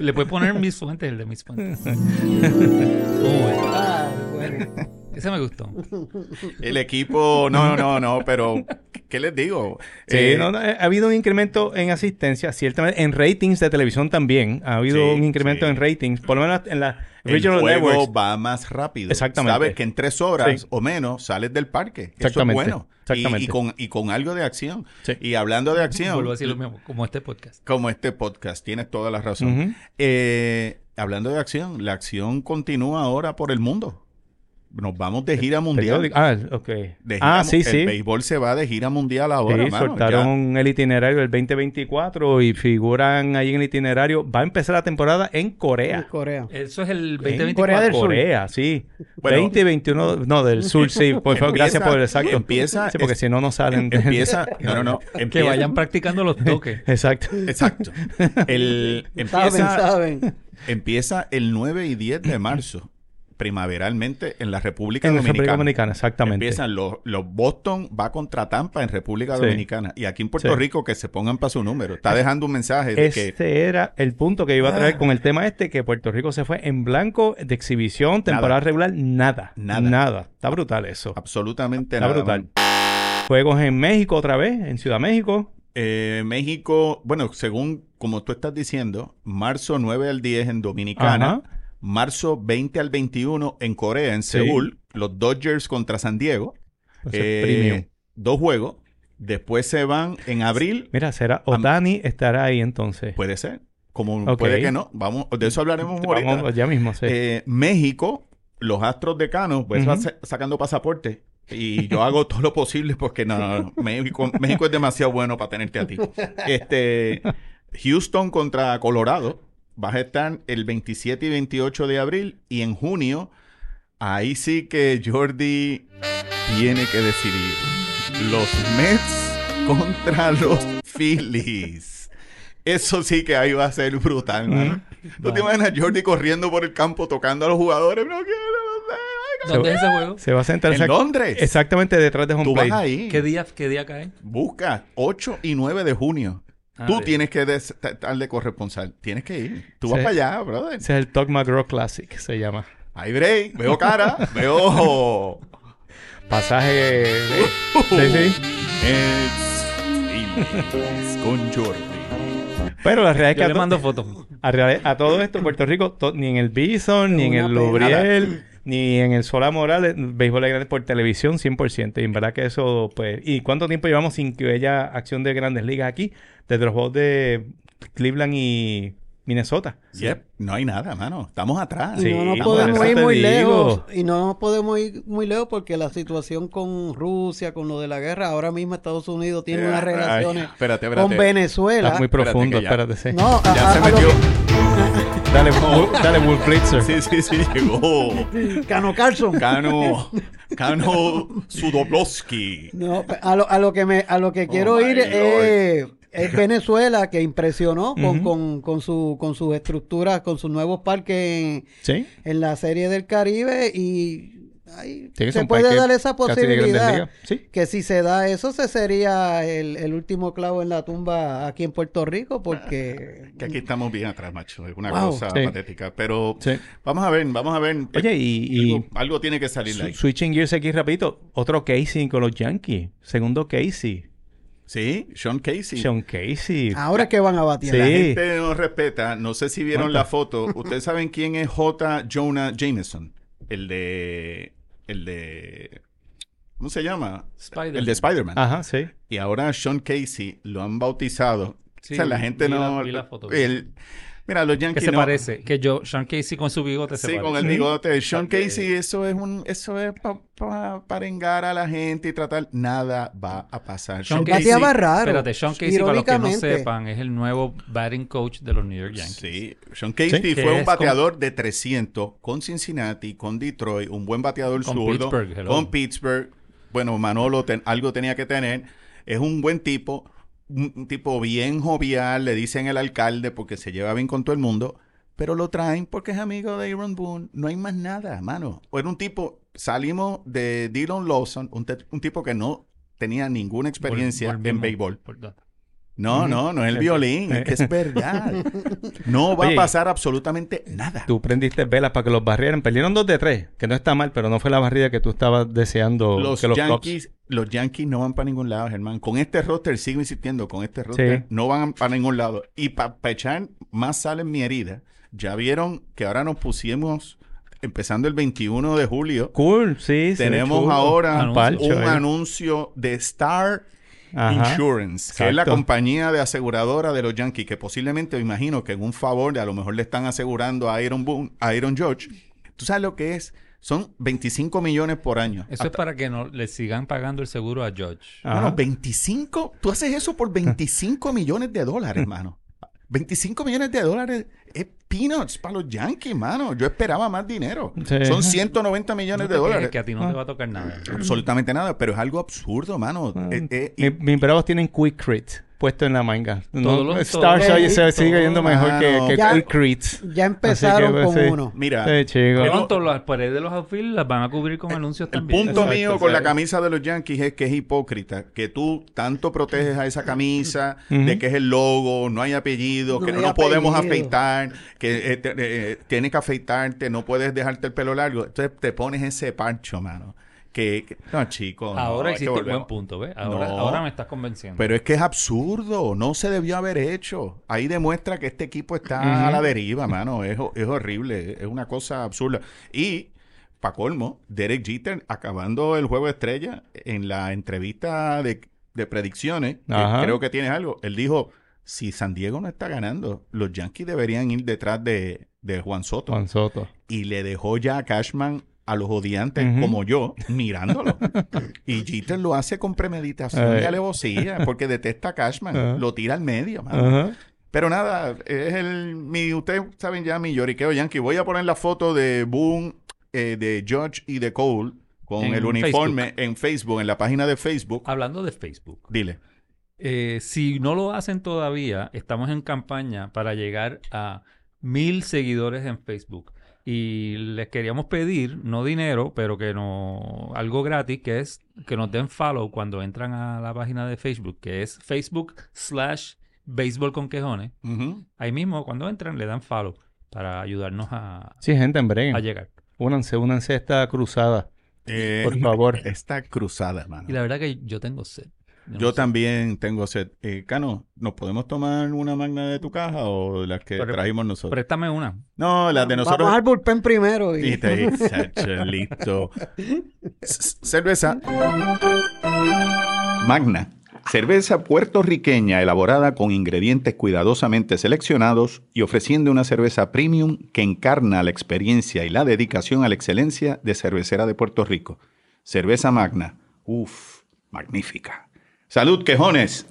Le puedes poner mis fuentes, el de mis fuentes. Oh, bueno.
Ah, bueno.
Ese me gustó.
El equipo, no, no, no, pero ¿qué les digo?
Sí,
Eh,
no, no, ha habido un incremento en asistencia, ciertamente. En ratings de televisión también. Ha habido
Sí,
un incremento
sí.
en ratings. Por lo menos en la
el
Regional
juego
Networks.
va más rápido.
Exactamente.
Sabes que en tres horas
Sí.
o menos sales del parque.
Exactamente,
Eso es bueno. Y-
exactamente.
Y, con, y con algo de acción.
Sí.
Y hablando de acción,
Vuelvo a decir lo mismo, como este podcast.
como este podcast, tienes toda la razón.
Ujú.
Eh, hablando de acción, la acción continúa ahora por el mundo. Nos vamos de gira mundial.
Periódico. Ah, ok.
De gira
Ah,
mu-
sí,
El
sí.
béisbol se va de gira mundial ahora,
Sí,
mano, ya.
soltaron el itinerario del 2024 y figuran ahí en el itinerario. Va a empezar la temporada en
en
Corea.
Corea.
Eso es el
Corea
2024.
del Sur.
Corea, sí.
Bueno.
20 y 21, no, del sur, sí. Por favor,
Empieza-
gracias por el exacto.
empieza-
Sí, porque si no, no salen.
Empieza, no, no, no.
Que
empieza-
vayan practicando los toques.
Exacto.
Exacto. El, empieza,
Saben, saben.
Empieza el 9 y 10 de marzo, primaveralmente, en la República
En la
Dominicana.
República Dominicana, exactamente.
Empiezan los, los Boston, va contra Tampa en República
Sí.
Dominicana. Y aquí en Puerto
Sí.
Rico que se pongan para su número. Está dejando un mensaje de
Este
que
era el punto que iba a traer con el tema este, que Puerto Rico se fue en blanco de exhibición, temporada regular, nada.
Nada.
Nada. Está brutal eso.
absolutamente
Está
nada.
brutal. Juegos en México otra vez, en Ciudad México.
Eh, México, bueno, según como tú estás diciendo, marzo 9 al 10 en Dominicana.
Ajá.
Marzo 20 al 21 en Corea, en
Sí.
Seúl, los Dodgers contra San Diego.
Eso es
Eh,
Pues premium.
dos juegos. Después se van en abril
Mira, será Otani estará ahí entonces.
Puede ser. Como
Ok.
puede que no. Vamos, de eso hablaremos ahorita.
Vamos ya mismo, sí.
Eh, México, los astros de Cano, pues
Ujú.
va sa- sacando pasaporte. Y yo hago todo lo posible porque no, no, no, México, México es demasiado bueno para tenerte a ti. Este, Houston contra Colorado. Vas a estar el 27 y 28 de abril. Y en junio, ahí sí que Jordi tiene que decidir los Mets contra los Phillies. Eso sí que ahí va a ser brutal, mano. ¿Tú te imaginas a Jordi corriendo por el campo tocando a los jugadores? No quiero, no sé, ay,
¿Dónde es ese juego?
Se va a sentar
¿En
exact-
Londres?
Exactamente detrás de home
Tú vas
plate.
ahí.
¿Qué día, ¿Qué día cae?
Busca 8 y 9 de junio.
Ah,
Tú
bien.
tienes que des- tratar de corresponsal. Tienes que ir. Tú vas
Sí.
para allá, brother.
Ese es el Talk Macro Classic, se llama.
Hay break. Veo cara. veo...
Pasaje.
Uh.
Sí, sí.
It's Phillies con Jordi.
Pero la realidad es que
Yo
a,
le
to-
mando fotos.
a real- a todo esto, Puerto Rico, to- ni en el Bison, ni en
Una
el
pena.
Lubriel, ni en el Solá Morales, béisbol de grandes por televisión 100%. Y en verdad que eso, pues. ¿Y cuánto tiempo llevamos sin que haya acción de grandes ligas aquí? Desde los juegos de Cleveland y Minnesota.
Yep. No hay nada, mano. Estamos atrás.
Sí,
no nos
estamos
podemos
atrás.
ir
Eso te
muy
digo.
lejos. Y no nos podemos ir muy lejos porque la situación con Rusia, con lo de la guerra, ahora mismo Estados Unidos tiene
Eh,
unas
ay,
relaciones
espérate, espérate.
con Venezuela.
Está Ah, muy
Espérate
profundo,
que ya-
espérate. sí.
No, a-
Ya
a-
se
a lo
metió.
Dale, Bull- dale, Bull Blitzer.
Sí, sí, sí, llegó.
que- Cano Carlson.
Cano. Cano Sudoblowski.
No, a lo, a lo que me, a lo que quiero
Oh my
ir eh, es Venezuela que impresionó con,
Ujú.
con, con su, con sus estructuras, con sus nuevos parques en,
Sí.
en la serie del Caribe y ay,
Sí, que
se
son
puede
parques
dar esa
casi de Grandes
posibilidad
Ligas. Sí.
que si se da eso se sería el, el último clavo en la tumba aquí en Puerto Rico porque
Que aquí estamos bien atrás, macho. Es una
Wow.
cosa
Sí.
patética. Pero
Sí.
vamos a ver, vamos a ver.
Oye, y, y
algo, algo tiene que salir de
su-
ahí.
switching gears aquí rapidito. Otro Casey con los Yankees. Segundo Casey.
Sí, Ah. Sean Casey.
Sean Casey.
ahora es que van a batir
La
Sí.
gente no respeta. No sé si vieron
Cuenta.
la foto. Ustedes saben quién es J. Jonah Jameson. El de. El de. ¿Cómo se llama?
Spider.
El de Spider-Man.
Ajá, sí.
Y ahora Sean Casey lo han bautizado.
Sí,
o sea, la gente
vi la-
no.
vi la foto.
el- mira, los
que
Yankees.
se
no-
parece. Que yo, Sean Casey con su bigote se
Sí,
parece.
con el bigote de Sean
Porque-
Casey, eso es un, eso es para pa, parengar a la gente y tratar. Nada va a pasar. Sean
Sean Casey-
bateaba raro
Espérate, Sean Casey, para los que no
irónicamente.
sepan, es el nuevo batting coach de los New York Yankees.
Sí, Sean Casey
Sí.
fue
Que
un
es con-
bateador de 300 con Cincinnati, con Detroit, un buen bateador
Con
zurdo,
Pittsburgh, hello.
con Pittsburgh. Bueno, Manolo ten- algo tenía que tener. Es un buen tipo, un un tipo bien jovial, le dicen el alcalde porque se lleva bien con todo el mundo, pero lo traen porque es amigo de Aaron Boone. No hay más nada, mano. Era un tipo, salimos de Dylan Lawson, un, te- un tipo que no tenía ninguna
Vol-
experiencia en
volvimos.
béisbol.
Por-
No, no, no es el violín, es que es verdad. No va
Oye,
a pasar absolutamente nada.
Tú prendiste velas para que los barrieran. Perdieron dos de tres, que no está mal, pero no fue la barrida que tú estabas deseando.
Los,
que Cubs-
Yankees, los Yankees no van para ningún lado, Germán. Con este roster sigo insistiendo, con este roster
Sí.
no van para ningún lado. Y para echar más sal en mi herida, ya vieron que ahora nos pusimos empezando el 21 de julio.
Cool, sí. se ve
Tenemos
chulo.
ahora
Un palcho,
un
eh.
anuncio de Star
Ajá.
Insurance, que es la
Exacto.
compañía de aseguradora de los Yankees, que posiblemente, me imagino que en un favor, a lo mejor le están asegurando a Iron Boone, a Iron George. ¿Tú sabes lo que es? Son 25 millones por año.
Eso es para que no le sigan pagando el seguro a George.
Ajá.
Mano, 25, tú haces eso por 25 millones de dólares, mano. 25 millones de dólares es peanuts para los Yankees, mano. Yo esperaba más dinero.
Sí.
Son 190 millones
No
de
te
dólares.
quejes, Que a ti no te va a tocar nada.
Absolutamente nada, pero es algo absurdo, mano.
Ah.
Eh, eh, y-
Mi- Mis bravos tienen Quick Crit puesto en la manga. No,
Todos los-
Star
todos-
se, se sigue yendo
todos,
mejor que,
mano.
que
Ya-
Quick Crit.
ya empezaron
pues,
con
sí.
uno
mira,
Sí, chico.
Pronto las paredes de los outfields las van a cubrir con anuncios
Eh, El
también.
punto
Exacto,
mío con la
¿sabes?
camisa de los Yankees es que es hipócrita, que tú tanto proteges a esa camisa,
Ujú.
de que es el logo, no hay apellido,
No
que no
hay
nos podemos
apellido.
afeitar, que eh, te- eh, tienes que afeitarte, no puedes dejarte el pelo largo. Entonces te pones ese parcho, mano. Que, que- no, chico. no,
Ahora
hay que
hiciste un
volver.
buen punto, ¿ves? Ahora,
No.
ahora me estás convenciendo.
Pero es que es absurdo, no se debió haber hecho. Ahí demuestra que este equipo está a la deriva, mano. Es, ho- es horrible, es una cosa absurda. Y, para colmo, Derek Jeter, acabando el juego de estrella, en la entrevista de, de predicciones, que
Ajá.
creo que tienes algo, él dijo, si San Diego no está ganando, los Yankees deberían ir detrás de, de Juan Soto.
Juan Soto.
Y le dejó ya a Cashman a los odiantes
Ujú.
como yo, mirándolo. Y Jeter lo hace con premeditación y
Eh.
alevosía, porque detesta a Cashman.
Ajá.
Lo tira al medio, mano.
Ajá.
Pero nada, es el... Mi, ustedes saben ya mi lloriqueo yankee. Voy a poner la foto de Boone, eh, de George y de Cole con
En
el uniforme en Facebook, en la página de
Ah.
Facebook.
Hablando de Facebook,
Dile.
eh, si no lo hacen todavía, estamos en campaña para llegar a mil seguidores en Facebook. Y les queríamos pedir, no dinero, pero que no algo gratis, que es que nos den follow cuando entran a la página de Facebook, que es Facebook slash béisbol con quejones.
Ujú.
Ahí mismo, cuando entran, le dan follow para ayudarnos a,
Sí, gente, en
a
breve.
llegar.
Únanse, únanse a esta cruzada,
Eh,
por favor.
Está cruzada, hermano.
Y la verdad que yo tengo sed. no
Yo
sé.
también tengo sed. Eh, Cano, ¿nos podemos tomar una magna de tu caja o de las que
Pero-
trajimos nosotros?
Préstame una.
no, las de nosotros.
Vamos al bullpen primero. Y...
Y te- chacho, listo. C- Cerveza. Magna. Cerveza puertorriqueña elaborada con ingredientes cuidadosamente seleccionados y ofreciendo una cerveza premium que encarna la experiencia y la dedicación a la excelencia de cervecera de Puerto Rico. Cerveza Magna. Uf, magnífica. Salud, quejones.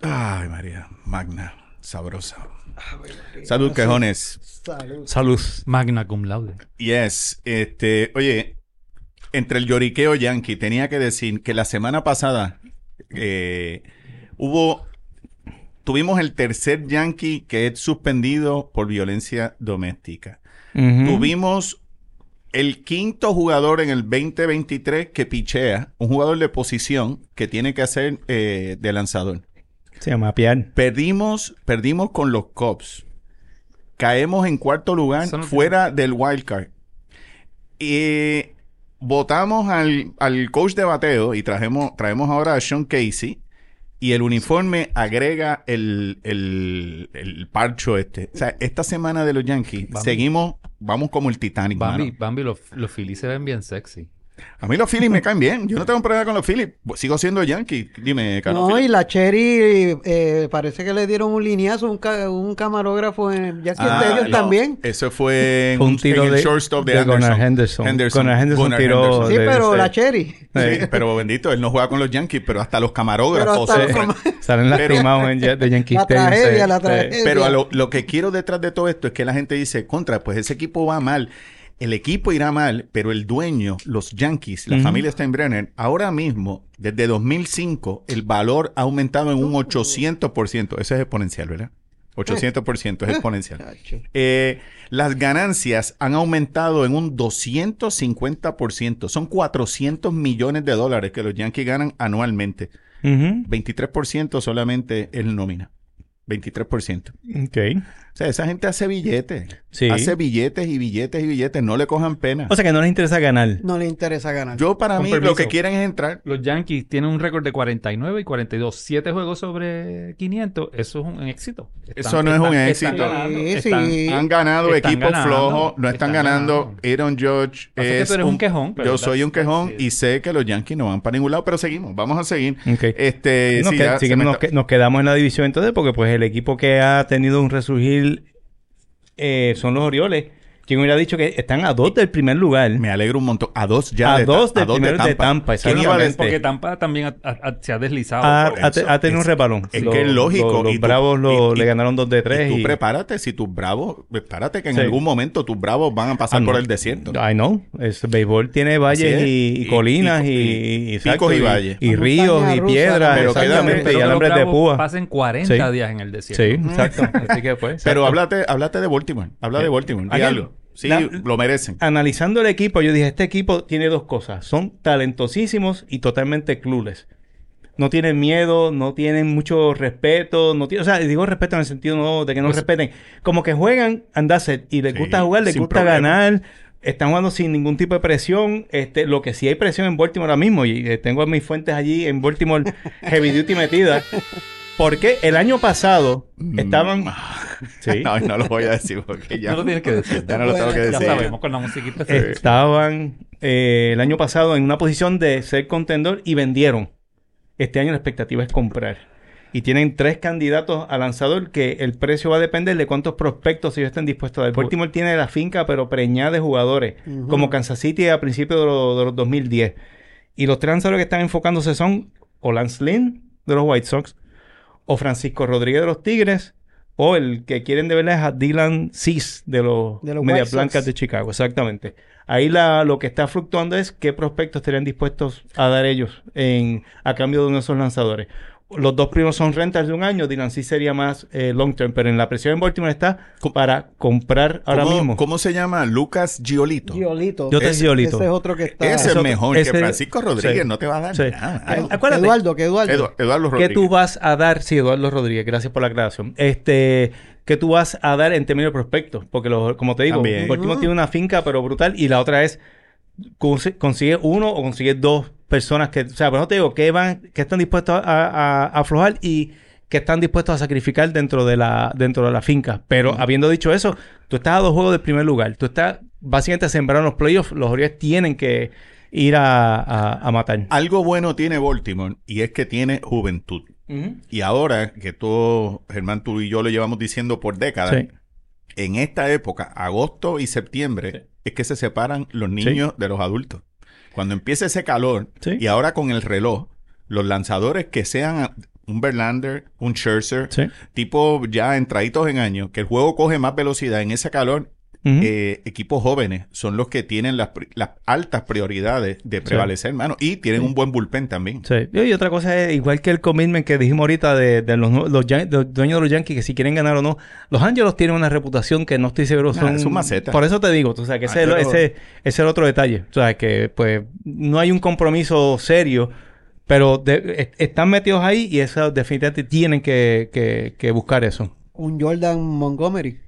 Ay, María, Magna, sabrosa. Salud, quejones.
Salud.
Salud.
Magna cum laude.
Yes, este, oye, entre el lloriqueo yankee, tenía que decir que la semana pasada eh, hubo, tuvimos el tercer yankee que es suspendido por violencia doméstica.
Mm.
Tuvimos el quinto jugador en el 2023 que pichea, un jugador de posición que tiene que hacer eh, de lanzador.
Se llama Piar.
Perdimos, perdimos con los Cubs. Caemos en cuarto lugar
Eso no
fuera del wild card. Y votamos al, al coach de bateo y trajemos, traemos ahora a Sean Casey. Y el uniforme agrega el, el- el parcho este. O sea, esta semana de los Yankees
Bambi.
seguimos, vamos como el Titanic.
Bambi,
mano.
Bambi, los, los Phillies se ven bien sexy.
A mí los Phillies me caen bien. Yo no tengo problema con los Phillies. Sigo siendo Yankee. Dime, Carlos.
No,
Phillies.
y la Cherry eh, parece que le dieron un lineazo, un, ca- un camarógrafo en Yankee
Ah,
Stadium
no.
también.
Eso fue en,
Fue un
un
tiro
en el
de-
shortstop de,
de
Anderson.
Gunnar Henderson. Gunnar Henderson tiró
Sí,
debe
pero
ser.
la Cherry.
Sí, pero bendito, él no juega con los Yankees, pero hasta los camarógrafos.
Pero hasta
se
los
ofrecen.
camarógrafos.
Salen
Pero-
lastimados en, ya- de Yankee
La
Stadium,
tragedia,
sí,
la
sí.
tragedia.
Pero a lo, lo que quiero detrás de todo esto es que la gente dice, contra, pues ese equipo va mal. El equipo irá mal, pero el dueño, los Yankees, la
Ujú.
familia Steinbrenner, ahora mismo, desde 2005, el valor ha aumentado en un 800%. Eso es exponencial, ¿verdad? 800% es exponencial.
Chacho.
Eh, las ganancias han aumentado en un 250%. Son 400 millones de dólares que los Yankees ganan anualmente.
Ujú.
23% solamente es nómina. 23%.
Ok.
O sea, esa gente hace billetes.
Sí.
Hace billetes y billetes y billetes. No le cojan pena.
O sea que no les interesa ganar.
No le interesa ganar.
Yo para
con
mí lo
permiso.
que quieren es entrar.
Los Yankees tienen un récord de 49 y 42. Siete juegos sobre 500. Eso es un éxito. Están-
Eso no es un
están-
éxito.
Están ganando.
Sí,
están-
sí.
Han ganado
Están
equipos
ganando,
flojos, no están,
están
ganando.
ganando.
Aaron George
Pasa que tú eres un quejón, pero
yo
that's-
soy un
that's
quejón
it.
y sé que los Yankees no van para ningún lado, pero seguimos, vamos a seguir.
Ok.
Este,
nos,
sí,
que-
ya
sí
se
que
me
nos,
está-
que- nos quedamos en la división entonces porque pues el equipo que ha tenido un resurgir eh, son los Orioles. Quien hubiera dicho que están a dos del primer lugar.
me alegro un montón. A dos ya.
A
de-
dos del
a dos
primero de Tampa,
¿Quién iba a
exactamente.
decir?
Porque Tampa también ha- ha- ha- se ha deslizado.
Ha,
por
ha-
eso.
ha tenido
Es-
un rebalón.
es
Los-
que es lógico.
Los, los
Y tú-
Bravos lo-
y-
le
y-
ganaron dos de
Y
tres.
tú
y-
prepárate, si tus bravos, prepárate que en
Sí.
algún momento tus bravos van a pasar
Ah, no.
por el desierto.
I know. Es, el béisbol tiene
es.
valles y, y
Y-
colinas y,
y-
y-
y
exacto,
picos y valles.
Y
La
ríos
montaña
y
rusa,
piedras.
la montaña
exactamente.
rusa.
Y
Pero
alambres
los
de
Bravos
púa.
Pasen 40
Sí.
días en el
Sí,
desierto.
exacto. Así que pues.
Pero
exacto. Eh,
háblate, háblate de Baltimore. Habla de Baltimore. Di
Aquel-
algo. Sí,
la-
lo merecen.
Ah, analizando el equipo, yo dije, este equipo tiene dos cosas. Son talentosísimos y totalmente clules. No tienen miedo, no tienen mucho respeto, no tiene, o sea, digo respeto en el sentido no de que no respeten, como que juegan andáset y les
Pues Sí,
gusta jugar, les
sin
gusta
problema.
ganar, están jugando sin ningún tipo de presión, este lo que sí hay presión en Baltimore ahora mismo y eh, tengo mis fuentes allí en Baltimore heavy duty metidas. Porque el año pasado estaban Sí.
Mm. Ah, No, no lo voy a decir porque ya
No lo tienes que decir.
ya no lo tengo que
Ya
decir.
sabemos con la musiquita.
estaban eh, el año pasado en una posición de ser contendor y vendieron. Este año la expectativa es comprar. Y tienen tres candidatos a lanzador que el precio va a depender de cuántos prospectos ellos estén dispuestos a dar. Baltimore tiene la finca, pero preñada de jugadores,
Ujú.
como Kansas City a principios de, lo- de los 2010. Y los tres lanzadores que están enfocándose son o Lance Lynn de los White Sox, o Francisco Rodríguez de los Tigres, O el que quieren de verdad es a Dylan Cis de los,
De los
Media
White Sox.
Blancas de Chicago, exactamente. Ahí la, lo que está fluctuando es qué prospectos estarían dispuestos a dar ellos en, a cambio de uno de esos lanzadores. Los dos primos son rentas de un año, Dylan Cis sería más eh, long term, pero en la presión en Baltimore está
¿Cómo-
para comprar ahora
¿Cómo,
mismo.
¿Cómo se llama? Lucas Giolito.
Giolito.
Yo te
Ese-
Giolito.
Ese es otro que está.
Ese es
Eso-
mejor
ese-
que Francisco Rodríguez.
sí.
No te va a dar
Sí.
nada.
Edu-
Ay,
acuérdate.
Eduardo, que Eduardo.
Edu- Eduardo
¿Qué
Rodríguez.
tú vas a dar? Sí, Eduardo Rodríguez, gracias por la aclaración. Este, ¿qué tú vas a dar en términos de prospectos? Porque, los- como te digo,
También.
Baltimore
Ujú.
tiene una finca, pero brutal, y la otra es consi- consigue uno o consigue dos personas que, o sea, por eso te digo, que van, que están dispuestos a, a- a aflojar y que están dispuestos a sacrificar dentro de la, dentro de la finca. Pero
Mm.
habiendo dicho eso, tú estás a dos juegos del primer lugar. Tú estás básicamente sembrado en los playoffs. Los Orioles tienen que ir a, a- a matar.
Algo bueno tiene Baltimore y es que tiene juventud.
Ujú.
Y ahora que todo, Germán, tú y yo lo llevamos diciendo por décadas,
Sí.
en esta época, agosto y septiembre, es que se separan los niños de los adultos. Cuando empieza ese calor,
Sí.
y ahora con el reloj, los lanzadores que sean a- un Verlander, un Scherzer,
Sí.
tipo ya entraditos en años, que el juego coge más velocidad en ese calor,
Ujú.
eh, equipos jóvenes son los que tienen las, pri- las altas prioridades de prevalecer, hermano. Y tienen un buen bullpen también.
Sí. Y otra cosa es, igual que el commitment que dijimos ahorita de, de los, nu- los Yan- de los dueños de los Yankees, que si quieren ganar o no, los Angels tienen una reputación que no estoy seguro
Nah,
son...
Ah, es un maceta. Ah,
Por eso te digo, tú sabes, que ese, es lo-
Angelo-
ese, ese es el otro detalle. O sea, que pues no hay un compromiso serio, pero de- est- están metidos ahí y eso definitivamente tienen que, que- que buscar eso.
un Jordan Montgomery.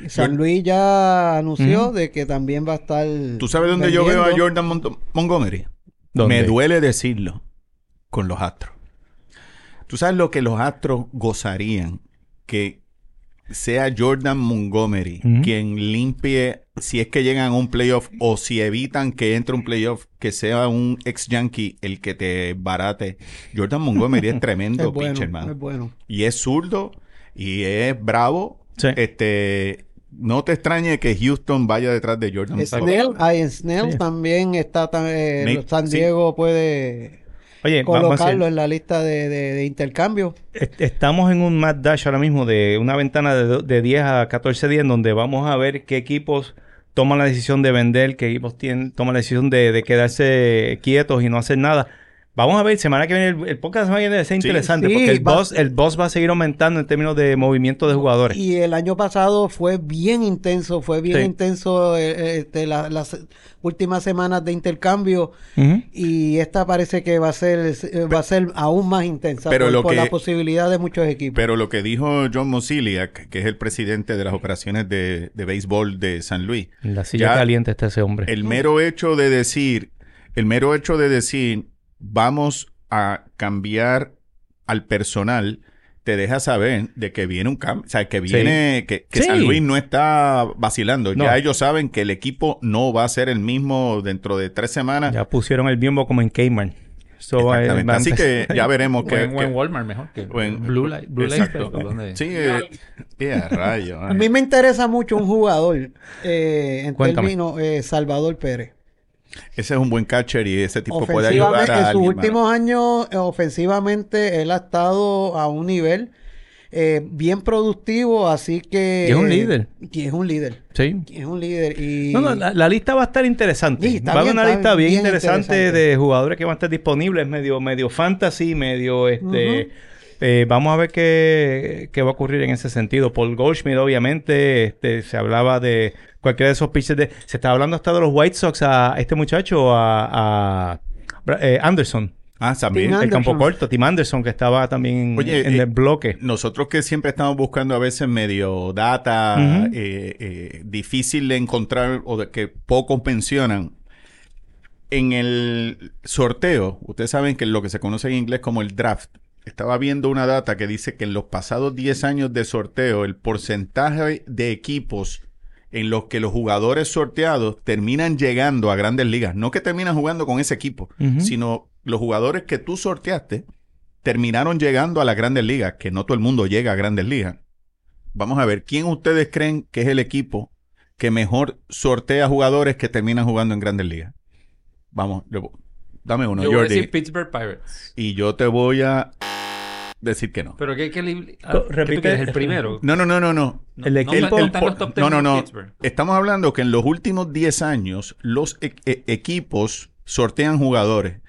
Y San
Jor-
Luis ya anunció
Ujú.
de que también va a estar.
¿Tú sabes dónde yo veo
vendiendo.
a Jordan Mont- Montgomery?
¿Dónde?
Me duele decirlo con los astros. ¿Tú sabes lo que los astros gozarían? Que sea Jordan Montgomery
Ujú.
quien limpie si es que llegan a un playoff o si evitan que entre un playoff, que sea un ex Yankee el que te barate. Jordan Montgomery es tremendo
Es bueno,
pitcher, hermano.
es bueno.
Y es zurdo y es bravo.
Sí.
Este, no te extrañe que Houston vaya detrás de Jordan. Montgomery.
Snell, ah, en Snell
Sí.
también está. ta- eh,
Nate,
San
sí. Eh,
Diego puede
Oye, va- vamos a hacer-
colocarlo en la lista de, de- de intercambio.
Est- Estamos en un mad dash ahora mismo de una ventana de, do- de 10 a 14 días en donde vamos a ver qué equipos toman la decisión de vender, qué equipos tienen, toman la decisión de, de quedarse quietos y no hacer nada. Vamos a ver, semana que viene, el, el podcast de semana que viene es interesante
sí,
porque el,
va-
boss, el boss va a seguir aumentando en términos de movimiento de jugadores.
Y el año pasado fue bien intenso, fue bien
Sí.
intenso eh, eh, este, la- las últimas semanas de intercambio.
Ujú.
Y esta parece que va a ser eh, va a ser aún más intensa
pero
por,
lo
por
que-
la posibilidad de muchos equipos.
Pero lo que dijo John Mosiliak, que es el presidente de las operaciones de, de béisbol de San Luis,
En La silla
Ya-
caliente está ese hombre.
el mero hecho de decir, el mero hecho de decir, vamos a cambiar al personal, te deja saber de que viene un cambio, o sea, que viene, que, que
Sí.
San Luis no está vacilando.
No.
Ya ellos saben que el equipo no va a ser el mismo dentro de tres semanas.
Ya pusieron el biombo como en Cayman. So, eh,
Exactamente.
van-
Así que ya veremos
O
qué.
en, o en Walmart mejor. Que
o en-
Blue Light. Blue Light.
Exacto.
pero ¿dónde?
Sí, eh, yeah, rayo,
A mí me interesa mucho un jugador eh, en
Cuéntame.
términos, eh, Salvador Pérez.
Ese es un buen catcher y ese tipo puede ayudar
Ofensivamente,
a
en sus
alguien. mano.
últimos años, eh, ofensivamente, él ha estado a un nivel eh, bien productivo, así que...
Y es un líder.
Y es un líder.
Sí.
y Es un líder. Y...
No, no, la, la lista va a estar interesante.
Sí, está
va a haber
bien,
una
está
lista bien,
bien
interesante,
interesante.
de jugadores que van a estar disponibles, medio, medio fantasy, medio este. eh, vamos a ver qué, qué va a ocurrir en ese sentido. Paul Goldschmidt, obviamente, este, se hablaba de cualquiera de esos pitchers. De, se está hablando hasta de los White Sox a este muchacho, a, a Bra- eh, Anderson,
Ah, también.
Tim
el campo
Anderson.
corto, Tim Anderson, que estaba también
Oye,
en
eh,
el bloque.
Nosotros que siempre estamos buscando a veces medio data
Ujú.
eh, eh, difícil de encontrar o de que pocos mencionan. En el sorteo, ustedes saben que lo que se conoce en inglés como el draft, estaba viendo una data que dice que en los pasados 10 años de sorteo, el porcentaje de equipos en los que los jugadores sorteados terminan llegando a grandes ligas, no que terminan jugando con ese equipo,
Ujú.
sino los jugadores que tú sorteaste terminaron llegando a las grandes ligas, que no todo el mundo llega a grandes ligas. Vamos a ver, ¿quién ustedes creen que es el equipo que mejor sortea jugadores que terminan jugando en grandes ligas? Vamos, yo- dame uno,
Yo voy a
Jordi.
decir Pittsburgh Pirates.
Y yo te voy a decir que no.
Pero que hay que... li- ah, ¿qué
Co-
tú
repite-
quieres? el primero.
No, no, no, no, no.
El
no
equipo-
está- no está en los
por-
top 10
no, no,
de
no.
Pittsburgh.
Estamos hablando que en los últimos 10 años los e- e- equipos sortean jugadores.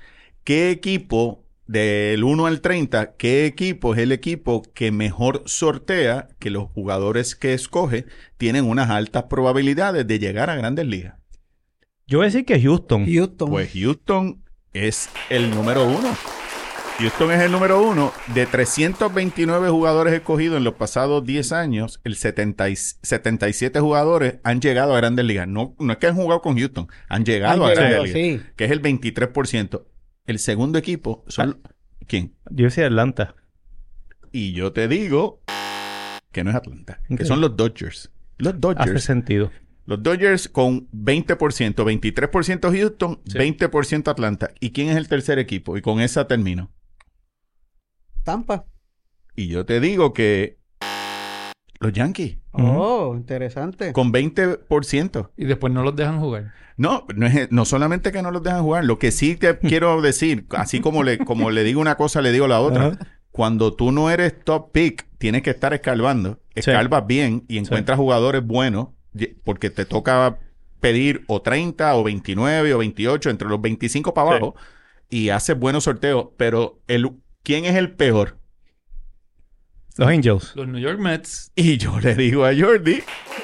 ¿Qué equipo del 1 al 30, qué equipo es el equipo que mejor sortea que los jugadores que escoge tienen unas altas probabilidades de llegar a grandes ligas?
Yo voy a decir que Houston.
Houston.
Pues Houston es el número uno. Houston es el número uno. De 329 jugadores escogidos en los pasados 10 años, el 70 y- 77 jugadores han llegado a grandes ligas. No, no es que han jugado con Houston, han llegado
Han
a
llegado,
grandes ligas,
sí.
que es el 23%. El segundo equipo son...
Ah.
¿Quién?
Yo decía Atlanta.
Y yo te digo que no es Atlanta, que
Ok.
son los Dodgers. Los
Hace
Dodgers
sentido.
los Dodgers con 20%, 23% Houston, 20% Atlanta. ¿Y quién es el tercer equipo? Y con esa termino.
Tampa.
Y yo te digo que los Yankees
Oh, interesante.
con 20%.
Y después no los dejan jugar.
No, no, es, no solamente que no los dejan jugar, lo que sí te quiero decir, así como le, como le digo una cosa, le digo la otra.
Ajá.
Cuando tú no eres top pick, tienes que estar escalvando. Escalvas bien y encuentras jugadores buenos ye- porque te toca pedir o 30 o 29 o 28, entre los 25 para abajo, y haces buenos sorteos. Pero el, ¿quién es el peor?
Los Angels.
Los New York Mets.
Y yo le digo a Jordi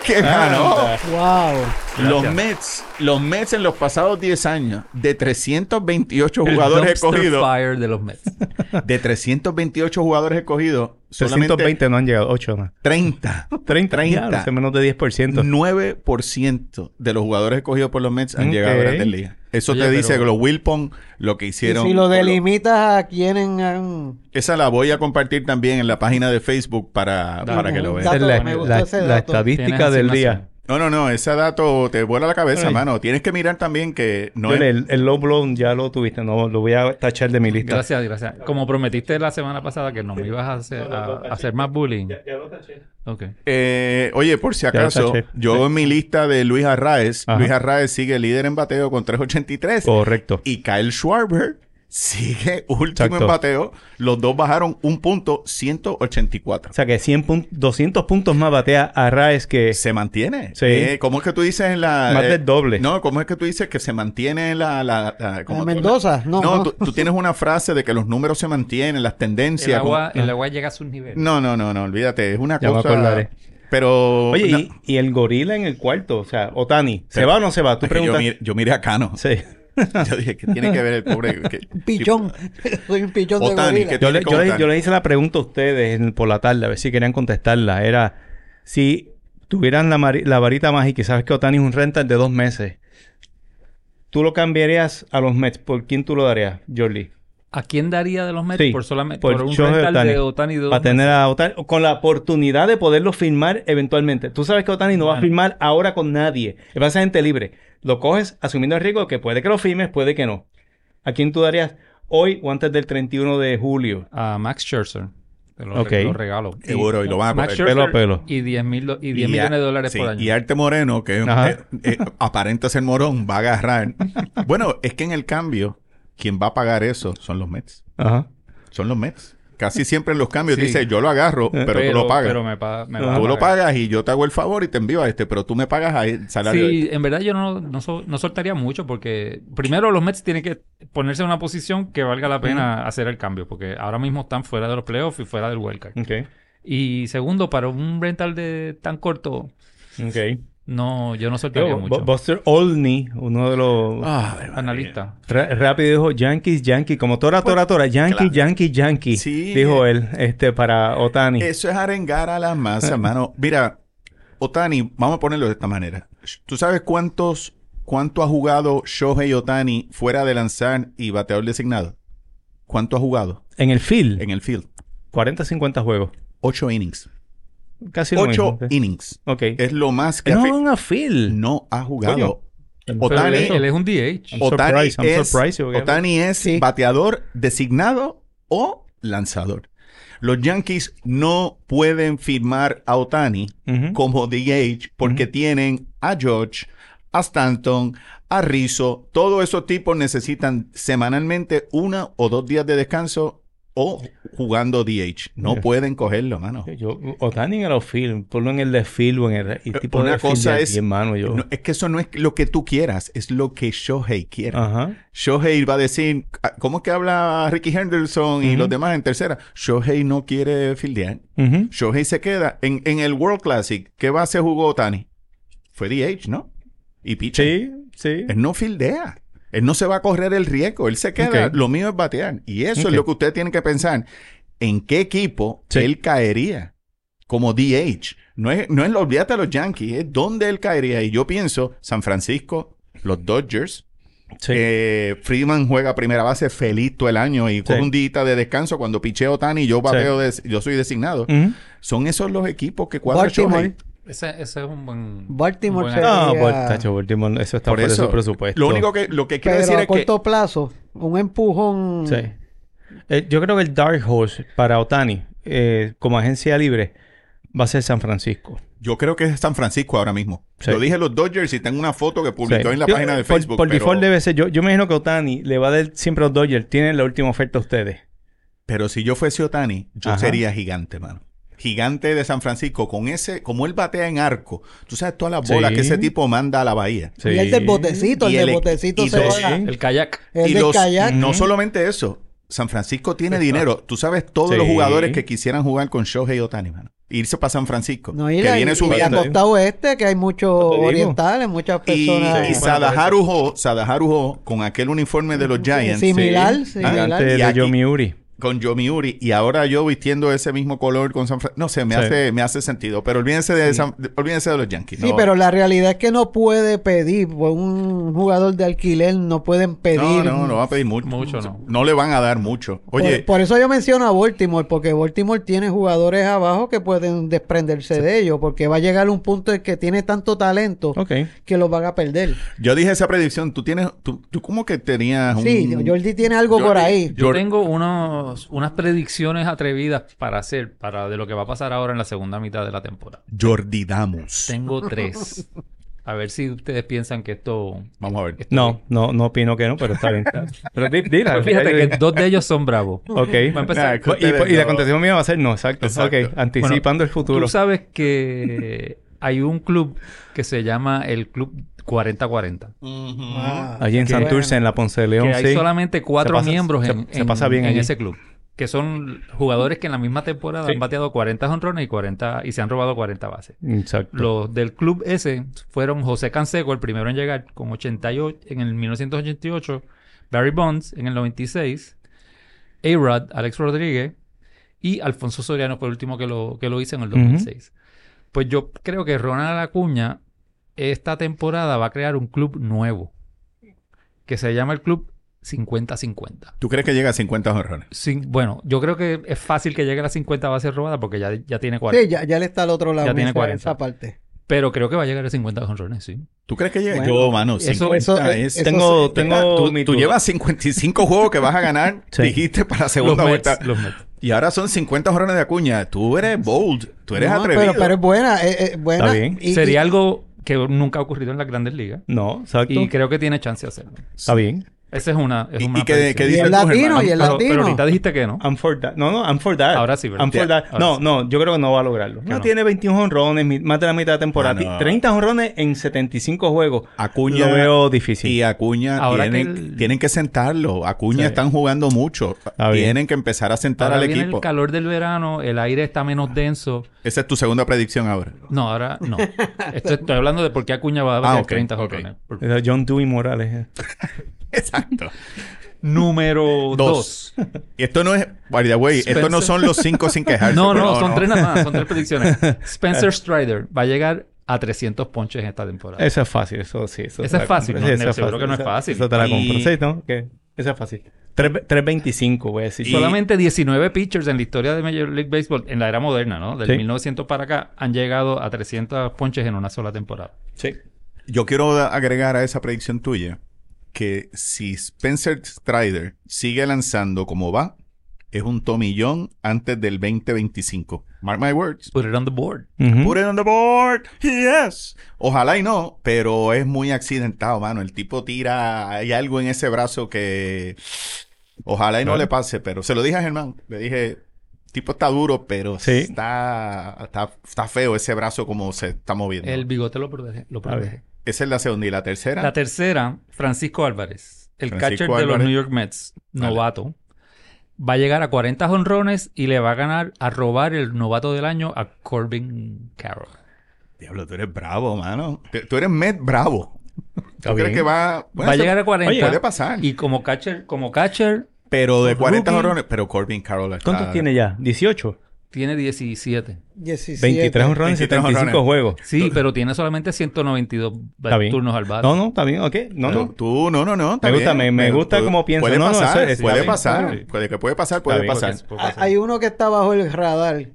que ganó.
Wow.
Los Mets, los Mets en los pasados 10 años, de 328 jugadores
el dumpster
escogidos,
fire de los Mets.
de 328 jugadores escogidos, solamente
320 no han llegado. 8 más.
30,
30.
30.
Ya, hace menos de 10%.
9% de los jugadores escogidos por los Mets han
Ok.
llegado a Grandes Ligas. Eso
Oye,
te dice
pero-
que los Wilpon, lo que
Y
hicieron.
si lo delimitas a quienes han...
Esa la voy a compartir también en la página de Facebook para,
Dale.
para que lo
Ujú.
vean.
Esa es
Dato,
la,
me gustó
la-
ese
la
dato.
estadística
Tienes
del
asignación.
día.
No, no, no, ese dato te vuela la cabeza,
Ay.
mano. Tienes que mirar también que no
Yo
es.
le- el, el low blown ya lo tuviste. No, lo voy a tachar de mi lista.
Gracias, gracias. Como prometiste la semana pasada que no me ibas a hacer, a- a hacer más bullying. Ok.
Eh, oye, por si
lo
acaso,
taché.
yo en mi lista de Luis Arraez,
Ajá. Oh.
Luis Arraez sigue líder en bateo con 383
Correcto.
y Kyle Schwarber sigue último en
Exacto.
bateo. Los dos bajaron un punto 184.
O sea que 100 pun- 200 puntos más batea a Raes que...
Se mantiene.
Sí.
Eh, ¿Cómo es que tú dices en la.
Más
eh,
del doble.
No, ¿cómo es que tú dices que se mantiene la. la, la- ¿cómo
¿A
tú-
Mendoza? No,
No,
no.
tú, tú tienes una frase de que los números se mantienen, las tendencias.
el, agua,
como-
el agua llega a sus niveles.
No, no, no, no, olvídate. Es una
Ya me
cosa.
acordaré.
Pero.
Oye,
no,
y, y el gorila en el cuarto. O sea, Otani. ¿Se
Sí.
va o no se va? Tú
es que yo,
preguntas...
mir- yo miré a Cano.
Sí.
Yo dije, ¿qué tiene que ver el pobre? que-
Pichón. Soy un pichón
Otani,
de gorila.
que-
Yo le,
que
yo le-
contar.
yo le hice la pregunta a ustedes en- por la tarde, a ver si querían contestarla. Era si tuvieran la, mari- la varita mágica y sabes que Otani es un rental de dos meses, ¿tú lo cambiarías a los Mets? ¿Por quién tú lo darías, Jordi?
¿A quién daría de los Mets
Sí,
por solamente
por
por, un
Shohei
rental
Ohtani.
de Otani de dos
Para tener a Otani, o con la oportunidad de poderlo firmar eventualmente. Tú sabes que Otani no va a
Bueno.
firmar ahora con nadie. Va a ser gente libre. Lo coges asumiendo el riesgo de que puede que lo firmes, puede que no. ¿A quién tú darías hoy o antes del 31 de julio?
a Max Scherzer. Te lo,
Ok.
te lo regalo.
Seguro, y lo van a
Max
coger.
Scherzer
Pelo a pelo.
Y 10, mil do- y
Y
10
a-
millones de dólares
sí,
por año.
Y Arte Moreno, que
Ajá.
eh, eh, aparenta ser morón, va a agarrar. bueno, es que en el cambio, quien va a pagar eso son los Mets.
Ajá.
Son los Mets. Casi siempre en los cambios
Sí.
dice, yo lo agarro, pero, tú lo pagas.
Pero me, pa- me
Tú
va a
Tú lo
pagar.
pagas y yo te hago el favor y te envío a este, pero tú me pagas ahí el salario.
Sí, en verdad yo no, no, sol- no soltaría mucho porque primero los Mets tienen que ponerse en una posición que valga la pena hacer el cambio porque ahora mismo están fuera de los playoffs y fuera del wildcard.
Ok.
Y segundo, para un rental de tan corto,
Ok.
no, yo no soltaría
Bo-
mucho.
Bo- Buster Olney, uno de los
Ah, de verdad.
Analista.
Ra- rápido dijo Yankees, Yankees, como tora, tora, tora, Yankee,
Pues, claro.
Yankee, Yankee,
Sí,
dijo él, este, para Otani.
Eso es arengar a las masas, hermano. Mira, Otani, vamos a ponerlo de esta manera. ¿Tú sabes cuántos, cuánto ha jugado Shohei Otani fuera de lanzar y bateador designado? ¿Cuánto ha jugado
en el field,
en el field?
40, 50 juegos.
Ocho innings.
Casi lo mismo.
Ocho
ok.
innings.
Ok.
Es lo más que ha
No,
fi-
en a field.
no ha jugado.
Pero él,
Otani,
es- él es un DH.
I'm
Otani
surprised, I'm
es,
surprised, porque-
Otani es
Sí.
bateador designado o lanzador. Los Yankees no pueden firmar a Otani
Ujú.
como DH porque tienen a George, a Stanton, a Rizzo. Todos esos tipos necesitan semanalmente una o dos días de descanso o jugando DH. No pueden cogerlo, mano.
Yo, Otani en el outfield, ponlo en el desfield o en el y tipo
Una
de outfield
cosa
de
es-
aquí, hermano, yo.
No, es que eso no es lo que tú quieras, es lo que Shohei quiere.
Ajá.
Shohei va a decir, "Ah, ¿cómo es que habla Ricky Henderson y
Ujú.
los demás en tercera? Shohei no quiere fildear.
Ujú.
Shohei se queda en, en el World Classic. ¿Qué base jugó Otani? Fue DH, ¿no? Y pitcher.
Sí, sí.
Él no fildea. Él no se va a correr el riesgo. Él se queda.
Ok.
Lo mío es batear. Y eso
Ok.
es lo que usted tiene que pensar. ¿En qué equipo
Sí.
él caería? Como DH. No es, no es lo olvídate de los Yankees. Es dónde él caería. Y yo pienso, San Francisco, los Dodgers.
Sí.
Eh, Freeman juega primera base feliz todo el año y con
Sí.
un día de descanso cuando picheo Tani yo bateo, de- yo soy designado.
Ujú.
Son esos los equipos que cuadra
Baltimore.
Shohei.
Ese, ese es un buen.
Baltimore
un buen-
se-
No,
Sería-
pues, tacho, Baltimore, eso está
eh, Por
por,
eso,
su presupuesto.
lo único que lo que quiero
Pero
decir
a
es que
corto plazo, un empujón.
Sí. Eh, yo creo que el Dark Horse para Otani, eh, como agencia libre, va a ser San Francisco.
Yo creo que es San Francisco ahora mismo.
Sí.
Lo dije los Dodgers y tengo una foto que publicó
Sí.
en la
Yo- eh,
página de
por-
Facebook.
Por,
pero,
default debe ser. Yo, yo me imagino que Otani le va a dar siempre a los Dodgers. Tienen la última oferta a ustedes.
pero si yo fuese Otani, yo
Ajá.
sería gigante, mano. Gigante de San Francisco, con ese, como él batea en arco. Tú sabes todas las
Sí.
bolas que ese tipo manda a la bahía.
Sí.
Y el del botecito, el
Y
del
el-
botecito
y
se
dos-
va.
El kayak.
El
y
del
los- mm,
kayak.
no
Ujú.
solamente eso, San Francisco tiene dinero. Tú sabes todos los
Sí.
jugadores que quisieran jugar con Shohei Otani, mano. Irse para San Francisco.
No, y
que
la,
viene
y la
subiendo.
costa oeste, este, que hay muchos
te digo.
orientales, muchas
Y,
personas.
y Sadaharu Ho, Sadaharu Ho, con aquel uniforme de los Giants.
similar,
Sí.
similar.
Ah, Antes
Y
de
aquí-
Yomiuri.
con Yomiuri y ahora yo vistiendo ese mismo color con San Francisco. No sé, me,
Sí.
hace, me hace sentido. Pero olvídense de, San- de- olvídense de los Yankees.
Sí,
no.
pero la realidad es que no puede pedir, pues, un jugador de alquiler no pueden pedir.
No, no, no va a pedir mucho.
Mucho no.
No le van a dar mucho. Oye,
por, por eso yo menciono a Baltimore, porque Baltimore tiene jugadores abajo que pueden desprenderse de ellos, porque va a llegar un punto en que tiene tanto talento
Ok.
que los van a perder.
yo dije esa predicción. Tú tienes... Tú, tú como que tenías un...
Sí, Jordi tiene algo
Jordi-
por ahí.
Yo
Jor-
tengo unos, unas predicciones atrevidas para hacer para de lo que va a pasar ahora en la segunda mitad de la temporada.
Jordi Damos.
Tengo tres. A ver si ustedes piensan que esto.
Vamos a ver.
No, no, no opino que no, pero está bien. pero di- dila.
Pero Pues fíjate que dos de ellos son bravos.
Ok.
Va a empezar.
Nah,
Y, y la contestación mía va a ser no, exacto.
Exacto.
Ok, anticipando el futuro.
Tú sabes que hay un club que se llama el Club 4040.
Ah,
Allí en
qué
Santurce,
bueno.
en la Ponce de León,
que hay
sí.
solamente cuatro
Se pasa-
miembros
se-
en,
se
en-
pasa bien
en
allí.
ese club. Que son jugadores que en la misma temporada
Sí.
han bateado 40 jonrones y 40 y se han robado 40 bases.
Exacto.
Los del club ese fueron José Canseco, el primero en llegar, con 88 en el 1988, Barry Bonds en el 96, A-Rod, Alex Rodríguez y Alfonso Soriano fue el último que lo, que lo hizo en el
Ujú.
2006. Pues yo creo que Ronald Acuña esta temporada va a crear un club nuevo que se llama el club 50-50.
¿Tú crees que llega a 50 honrones?
Sin- bueno, yo creo que es fácil que llegue a las 50 bases robadas porque ya, ya tiene 40.
Sí, ya, ya le está al otro lado.
Ya tiene
esa-
40.
Esa parte.
Pero creo que va a llegar a 50 jonrones, sí.
¿Tú crees que llega?
Bueno,
yo, mano,
eso-
50
eso-
es-
eso
Tengo,
Tú estás-
tengo
tú,
mi
tú
duda.
llevas 55 juegos que vas a ganar,
Sí.
dijiste, para la segunda
los Mets,
vuelta.
los Mets.
Y ahora son 50 jorrones de Acuña. Tú eres bold. Tú eres
No,
atrevido.
Pero, pero es buena, es, es buena.
Está bien.
Y-
Sería algo que nunca ha ocurrido en las grandes ligas.
No, exacto.
Y creo que tiene chance de hacerlo.
Está bien.
Esa es una. Es
¿Y-
una
y qué-
predicción.
qué
y- y
dice tus
el latino,
hermanos?
y el
pero, pero
latino.
ahorita dijiste que no.
I'm for that. No, no, I'm for that.
Ahora sí, ¿verdad?
I'm for that.
Ahora
no,
sí.
no, yo creo que no va a lograrlo.
Que
No,
no.
tiene 21 honrones, más de la mitad de temporada.
Ah, no.
30 honrones en 75 juegos.
Acuña
Lo veo difícil.
y Acuña
Ahora
tienen,
que el-
tienen que sentarlo. Acuña
Sí.
están jugando mucho.
Está bien.
Tienen que empezar a sentar
Ahora
al
viene
equipo.
el calor del verano, el aire está menos denso.
Esa es tu segunda predicción ahora.
No, ahora no. Esto- estoy hablando de por qué Acuña va a bater
Ah, ok,
30
ok.
jorrones. Por-
Era John Dewey Morales. eh.
Exacto.
Número
Dos.
2.
Y esto no es, by the way,
Spencer-
estos no son los cinco sin quejarse.
No,
pero
no, son tres nada más, son tres predicciones. Spencer Strider va a llegar a 300 ponches en esta temporada.
Eso es fácil, eso sí. Eso
Eso
te la
es fácil,
compro.
no,
Sí, eso
seguro que no es
Esa-
fácil.
Eso te la compro.
Y-
Sí, ¿no? Que- Eso es fácil. Tres- 3.25, voy a decir.
Y-
Solamente 19 pitchers en la historia de Major League Baseball, en la era moderna, ¿no? Del
Sí.
1900 para acá, han llegado a 300 ponches en una sola temporada.
Sí.
Yo quiero da- agregar a esa predicción tuya que si Spencer Strider sigue lanzando como va, es un tomillón antes del 2025. Mark my words.
Put it on the board.
Ujú.
Put it on the board. Yes. Ojalá y no, pero es muy accidentado, mano. El tipo tira, hay algo en ese brazo que Ojalá y no
Claro.
le pase, pero se lo dije a Germán. Le dije, tipo está duro, pero
Sí.
está, está, está feo ese brazo como se está moviendo.
El bigote lo protege. Lo
A ver.
protege.
Esa es la segunda. Y la tercera,
La tercera, Francisco Álvarez, el
Francisco
catcher de los
Álvarez.
New York Mets,
Vale.
novato. Va a llegar a 40 jonrones y le va a ganar a robar el novato del año a Corbin Carroll.
diablo, tú eres bravo, mano. Tú- Tú eres Met bravo. ¿Tú crees
bien.
que va, bueno,
va a
se-
llegar a 40.
Oye, puede pasar.
Y como catcher, como catcher,
pero de 40
Rookie.
jorrones, pero Corbin Carroll está...
¿Cuántos tiene ya? ¿18?
tiene 17.
17.
23 honrones en
23
75
honrones.
juegos.
Sí, pero tiene solamente 192
Está bien.
turnos al bate.
No, no, está bien, ok. No,
Pero
no.
Tú, no, no, no. está
Me gusta,
bien.
me- me gusta
tú-
cómo piensa.
Puede
No, no,
pasar,
eso es-
puede
está
pasar.
bien.
Puede que puede pasar, puede
Está bien,
pasar.
porque- porque-
Ah, Hay uno que está bajo el radar,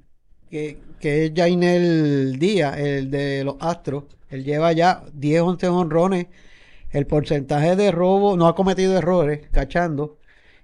que, que es Jainel Díaz, el de los Astros. Él lleva ya 10, 11 honrones. El porcentaje de robo, no ha cometido errores, cachando.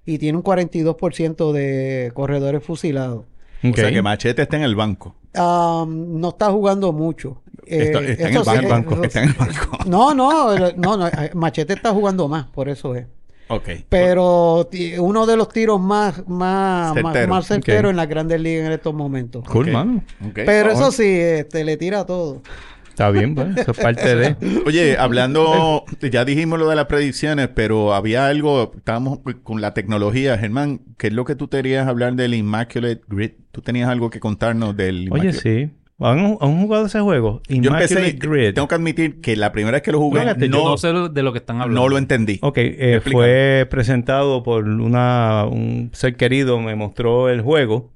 Y tiene un 42% de corredores fusilados.
O sea
Ok.
que Machete está en el banco.
Ah, no está jugando mucho. Eh,
Está, está en
eso
el
sí,
banco.
eh,
Está en el banco.
No, no, no, no, Machete está jugando más, por eso es.
ok.
Pero ti- uno de los tiros más, más, más-
Certero.
más certeros
Ok.
en las grandes ligas en estos momentos.
Cool,
Ok.
mano.
Ok,
Pero
vamos.
eso sí, este, le tira a todo.
Está bien, bueno, eso es parte de...
Oye, hablando, ya dijimos lo de las predicciones, pero había algo, estábamos con la tecnología, Germán, ¿qué es lo que tú querías hablar del Immaculate Grid? Tú tenías algo que contarnos del
Oye,
Immaculate-
sí. ¿Han, han jugado ese juego?
Yo empecé,
Immaculate Grid.
tengo que admitir que la primera vez que lo jugué
Juegaste,
Yo no,
no,
sé lo- de lo que están hablando.
no lo entendí.
Ok, eh,
Explícame.
fue presentado por una, un ser querido, me mostró el juego.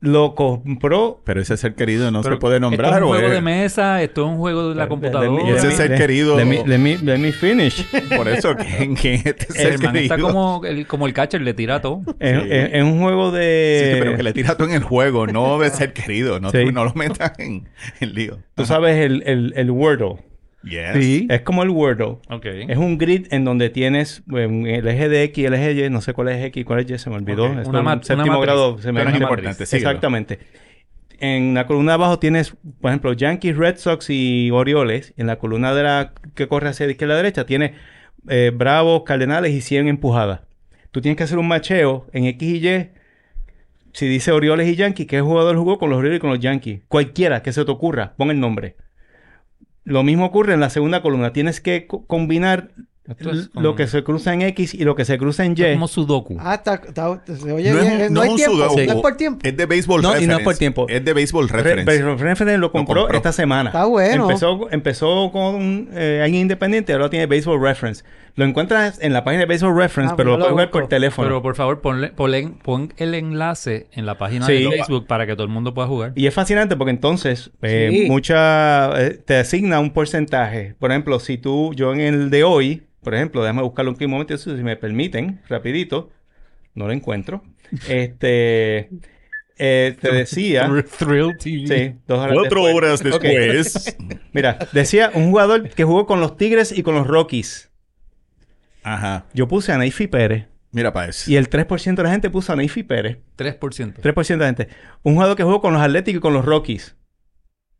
Lo compró
Pero ese ser querido no
Pero
se puede
Esto es
nombrar,
un juego
¿o
de
es?
mesa, esto es un juego de la computadora.
Ese ser querido.
Let me, let me- let me finish.
Por eso, ¿quién, quién es este ser
Herman
querido?
está como el, como el catcher, le tira todo.
es,
Sí.
es- es un juego
Sí,
de...
sí, pero que le tiras tú en el juego, no de ser querido. No,
Sí.
no lo metas en, en lío.
Tú sabes el, el, el Wordle.
Yes.
Es como el Wordle.
Ok.
Es un grid en donde tienes eh, el eje de X, el eje de Y, no sé cuál es X, cuál es Y, se me olvidó.
Ok.
Esto
Una
en
mat- una
séptimo
matriz.
grado se me
Pero es
una
importante,
matriz.
síguelo.
Exactamente. En la columna de abajo tienes, por ejemplo, Yankees, Red Sox y Orioles. En la columna de la que corre hacia la izquierda y la derecha tienes eh, Bravos, Cardenales y 100 empujadas. Tú tienes que hacer un macheo en X y Y. Si dice Orioles y Yankees, ¿qué jugador jugó con los Orioles y con los Yankees? Cualquiera que se te ocurra, pon el nombre. Lo mismo ocurre en la segunda columna. Tienes que co- combinar
Esto es como-
lo que se cruza en X y lo que se cruza en Y.
esto es como Sudoku.
Ah, está, está- se oye
no es,
bien, eh,
un- no
no hay
es un
tiempo,
sudoku.
no es por tiempo.
Es de béisbol
No, y no es
reference.
por tiempo.
Es de béisbol
Re-
reference.
Pero Reference lo compró,
compró.
esta semana.
Está bueno.
Empezó, empezó con eh, alguien independiente, ahora tiene Baseball Reference. Lo encuentras en la página de Baseball Reference,
Ah,
pero
yo
lo
lo
puedes ver
busco.
por teléfono.
Pero por favor, ponle, ponle- pon el enlace en la página
Sí.
de Facebook para que todo el mundo pueda jugar.
Y es fascinante porque entonces eh,
Sí.
mucha eh, te asigna un porcentaje. Por ejemplo, si tú, yo en el de hoy, por ejemplo, déjame buscarlo aquí un momento, si me permiten, rapidito, no lo encuentro. Este eh, te decía,
Thrill TV.
sí, dos horas
Cuatro
después.
horas
Ok.
después.
Mira, decía un jugador que jugó con los Tigres y con los Rockies.
Ajá.
Yo puse a Neifi Pérez
Mira para eso.
y el 3% de la gente puso a Neifi Pérez.
3%.
3% de la gente. Un jugador que jugó con los Atléticos y con los Rockies.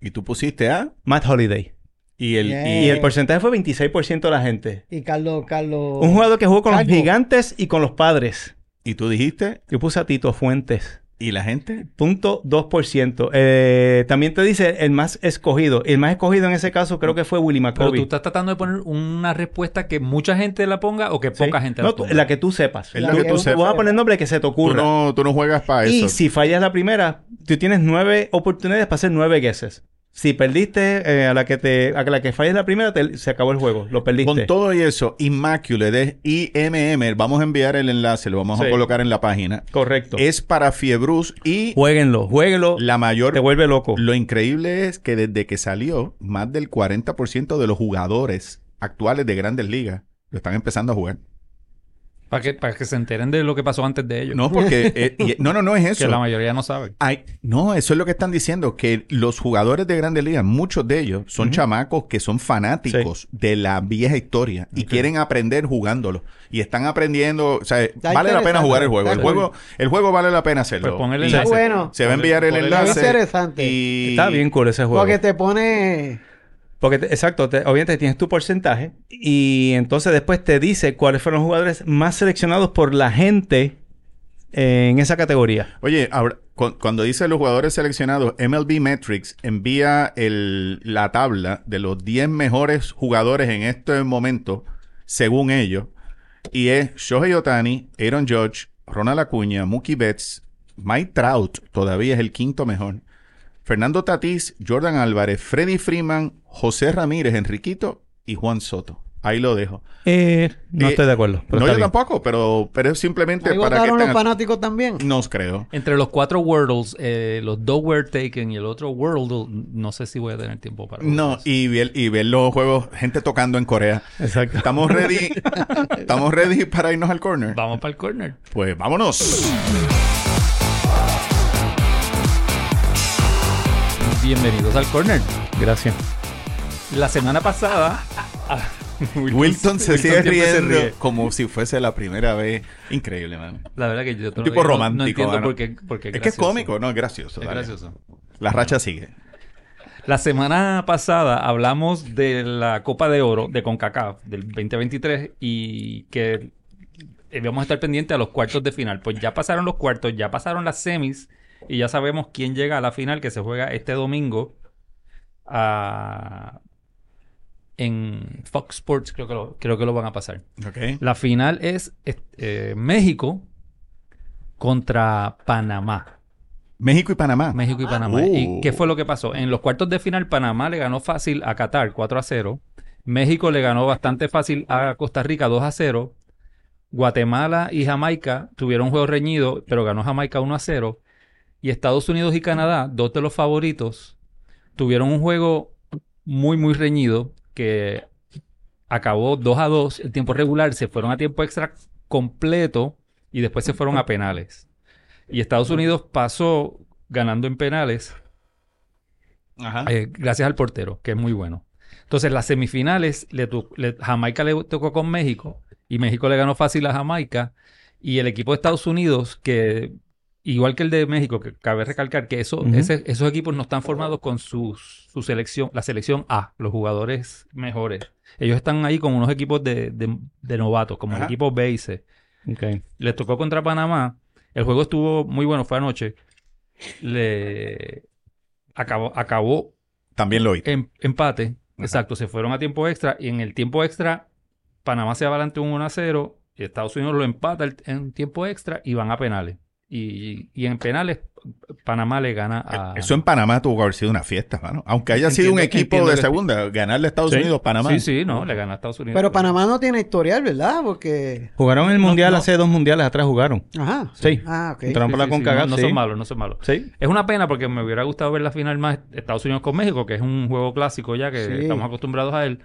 Y tú pusiste a...
Matt Holiday.
Y el...
Yeah.
Y el porcentaje fue 26% de la gente.
Y Carlos,
Oh.
Carlos.
Un jugador que jugó con
Calvo.
los gigantes y con los padres.
Y, y tú dijiste...
Yo puse a Tito Fuentes.
¿Y la gente?
Punto 2%. Eh, también te dice el más escogido. El más escogido en ese caso creo que fue Willy
Pero tú
McCovey.
estás tratando de poner una respuesta que mucha gente la ponga o que
Sí.
poca gente
No,
la
tú-
ponga.
la que tú sepas.
Es la que tú
Tú
sepas.
vas a poner el nombre que se te
Tú
ocurra.
no, tú no juegas para eso.
Y si fallas la primera, tú tienes nueve oportunidades para hacer nueve guesses. Si perdiste eh, a la que te a la que falles la primera, te- se acabó el juego. Lo perdiste.
Con todo y eso, Immaculate es IMM. Vamos a enviar el enlace, lo vamos a
Sí.
colocar en la página.
Correcto.
Es para Fiebrus y
Jueguenlo, jueguenlo.
la mayor
Te vuelve loco.
Lo increíble es que desde que salió, más del 40% de los jugadores actuales de grandes ligas lo están empezando a jugar.
Para, que, para que se enteren de lo que pasó antes de ellos.
No, porque... eh, y- no, no, no es
que la
eso.
mayoría no sabe.
Ay, no, eso es lo que están diciendo, que los jugadores de grandes ligas, muchos de ellos, son chamacos que son fanáticos de la vieja historia y quieren aprender jugándolo. Y están aprendiendo, o sea, vale la pena
interesante,
jugar el juego. El
está
juego, el juego vale la pena hacerlo.
Pues pon el
Y
enlace.
Está bueno.
Se va a enviar el
Ponle-
Está
enlace.
interesante.
Y...
Está bien cool ese juego.
Porque te pone.
Porque, te- exacto, te- obviamente tienes tu porcentaje y entonces después te dice cuáles fueron los jugadores más seleccionados por la gente en esa categoría.
Oye, ahora, cu- cuando dice los jugadores seleccionados, MLB Metrics envía el- la tabla de los 10 mejores jugadores en este momento, según ellos, y es Shohei Otani, Aaron Judge, Ronald Acuña, Mookie Betts, Mike Trout, todavía es el quinto mejor, Fernando Tatís, Jordan Álvarez, Freddy Freeman, José Ramírez, Enriquito y Juan Soto. Ahí lo dejo.
Eh, no
Eh,
estoy de acuerdo. pero
no,
está
yo
bien.
tampoco, pero, pero es simplemente
Ahí
para que
votaron los
tengan-
fanáticos también.
No os creo.
Entre los cuatro Wordles, eh, los dos Were Taken y el otro Wordle, no sé si voy a tener tiempo para.
No, y ver, y ver los juegos, gente tocando en Corea.
Exacto.
Estamos ready. Estamos ready para irnos al corner.
Vamos para el corner.
Pues vámonos.
Bienvenidos al corner.
Gracias.
La semana pasada. ah,
Wilton se sigue
siempre se
riendo
ríe.
como si fuese la primera vez. Increíble, man.
La verdad que yo no-
tipo
no-
romántico,
No entiendo
mano.
por qué. por qué
Es que es
gracioso.
cómico, no, es gracioso.
Es
dale.
gracioso.
La racha sigue.
La semana pasada hablamos de la Copa de Oro de CONCACAF del 2023 y que eh, vamos a estar pendientes a los cuartos de final. Pues ya pasaron los cuartos, ya pasaron las semis y ya sabemos quién llega a la final que se juega este domingo ah, en Fox Sports, creo que lo, creo que lo van a pasar.
Ok.
La final es este, eh, México contra Panamá.
México y Panamá.
México y Panamá.
Oh.
¿Y qué fue lo que pasó? En los cuartos de final, Panamá le ganó fácil a Qatar 4 a 0. México le ganó bastante fácil a Costa Rica 2 a 0. Guatemala y Jamaica tuvieron un juego reñido, pero ganó Jamaica 1 a 0. Y Estados Unidos y Canadá, dos de los favoritos, tuvieron un juego muy, muy reñido que acabó 2 a 2 el tiempo regular, se fueron a tiempo extra completo y después se fueron a penales. Y Estados Unidos pasó ganando en penales
Ajá.
eh, gracias al portero, que es muy bueno. Entonces, las semifinales, le tu- le- Jamaica le tocó con México y México le ganó fácil a Jamaica. Y el equipo de Estados Unidos, que igual que el de México, que cabe recalcar que eso,
Ujú.
ese- esos equipos no están formados con su, su selección, la selección A, los jugadores mejores. Ellos están ahí con unos equipos de, de- de novatos, como el
Ajá.
equipo base. Les tocó contra Panamá. El juego estuvo muy bueno, fue anoche. Le acabó, acabó
También lo oí.
en- empate. Exacto, se fueron a tiempo extra y en el tiempo extra Panamá se va adelante un 1 a 0 y Estados Unidos lo empata el- en tiempo extra y van a penales. Y, y en penales Panamá le gana a...
E, Eso en Panamá tuvo que haber sido una fiesta, mano. Aunque haya sido un
Ah. Entiendo-
equipo
entiendo
de
que-
segunda, ganarle a Estados
Sí.
Unidos, Panamá.
Sí, sí, no, le gana a Estados Unidos.
Pero Panamá no tiene historial, ¿verdad? Porque.
Jugaron el mundial
no.
hace dos mundiales atrás, jugaron.
Ajá.
Sí.
Ah, ok.
Entraron para la CONCACAF,
no, no
sí.
son malos, no son malos.
Sí.
Es una pena porque me hubiera gustado ver la final más Estados Unidos con México, que es un juego clásico ya que
Sí.
estamos acostumbrados a él.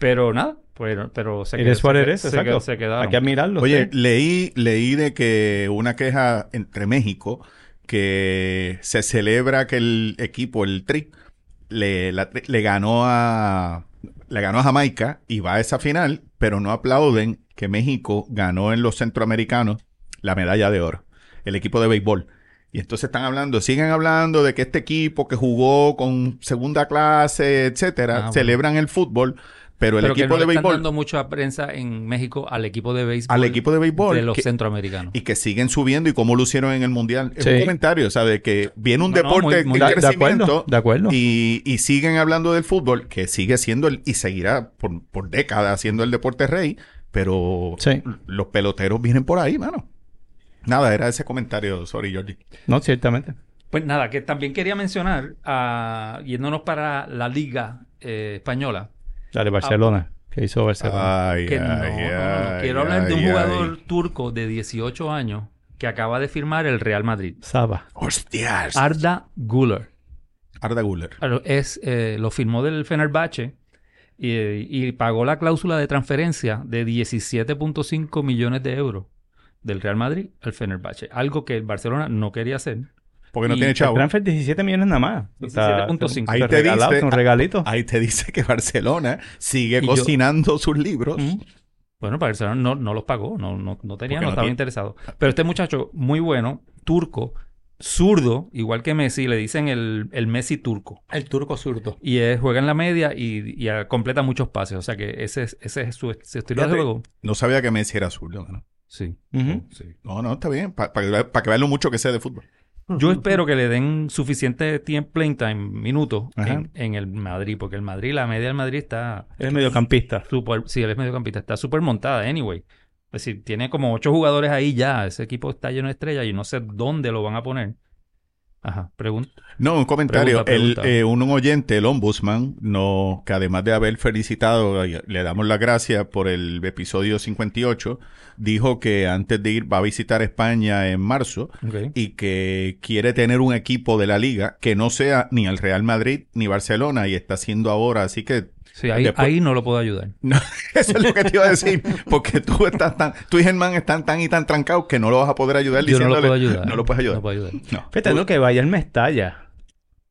Pero nada, pero, pero se
Eres
qued-
cuál
se,
eres,
se,
exacto.
qued- se quedaron.
Hay que admirarlo.
Oye,
sí.
leí, leí de que una queja entre México que se celebra que el equipo, el TRI, le, la tri- le ganó a le ganó a Jamaica y va a esa final, pero no aplauden que México ganó en los centroamericanos la medalla de oro, el equipo de béisbol. Y entonces están hablando, siguen hablando de que este equipo que jugó con segunda clase, etcétera,
Ah, bueno.
celebran el fútbol, pero el
pero
equipo
que no
de
le están
béisbol
dando mucha prensa en México al equipo de béisbol.
al equipo de béisbol
de los
que-
centroamericanos.
y que siguen subiendo y cómo lucieron en el mundial. Es
Sí.
un comentario, ¿sabes? Que viene un
No, no,
deporte
muy- muy-
en
de, de acuerdo,
crecimiento
de acuerdo.
y, y siguen hablando del fútbol, que sigue siendo el, y seguirá por, por décadas siendo el deporte rey, pero
Sí.
los peloteros vienen por ahí, mano. Nada, era ese comentario, sorry, Georgie.
No, ciertamente.
Pues nada, que también quería mencionar, ah, yéndonos para la Liga eh, Española,
Dale, Barcelona. que hizo Barcelona?
Ay,
que no,
ay,
no, no,
ay,
quiero hablar de un
ay,
jugador
ay.
turco de 18 años que acaba de firmar el Real Madrid,
Saba.
Hostias.
Arda Güler.
Arda Guller.
Claro, es, eh, lo firmó del Fenerbahce y, y pagó la cláusula de transferencia de 17.5 millones de euros del Real Madrid al Fenerbahce, algo que el Barcelona no quería hacer.
Porque no
y
tiene chavo.
Transfer 17 millones nada más. O sea,
17.5.
Ah, Ahí
te
te Ah.
regalado,
dice-
son regalitos.
Ahí te dice que Barcelona sigue
Y yo-
cocinando sus libros.
Ujú.
Bueno, para Barcelona no, no los pagó, no, no, no
Porque
tenía, no
no
estaba
tiene.
interesado. Pero este muchacho, muy bueno, turco, zurdo, igual que Messi, le dicen el, el Messi turco.
El turco zurdo.
Y él juega en la media y, y, ah, completa muchos pases. O sea que ese es, ese es su, su estilo de
Fíjate.
juego.
No sabía que Messi era zurdo, mano.
Sí.
Ujú.
sí.
No, no, está bien. Para que vean lo mucho que sé de fútbol.
Yo espero que le den suficiente tiempo, playing time, minutos,
Ajá.
en, en el Madrid, porque el Madrid, la media del Madrid está
Él es mediocampista.
súper, sí, él es mediocampista, está súper montada, anyway. Es decir, tiene como ocho jugadores ahí ya, ese equipo está lleno de estrellas y no sé dónde lo van a poner. Ajá, pregunta.
No, un comentario.
Pregunta, pregunta.
El, eh, un, un oyente, el ombudsman, no, que además de haber felicitado, eh, le damos las gracias por el episodio 58, dijo que antes de ir va a visitar España en marzo y que quiere tener un equipo de la liga que no sea ni el Real Madrid ni Barcelona y está haciendo ahora. Así que
Sí, ahí,
Después-
ahí no lo puedo ayudar.
eso es lo que te iba a decir. Porque tú estás tan, tú y Germán están tan y tan trancados que no lo vas a poder ayudar
Yo no lo
diciéndole.
puedo ayudar.
No lo puedes ayudar.
No puedo ayudar.
No.
Fíjate, no, que vaya al Mestalla.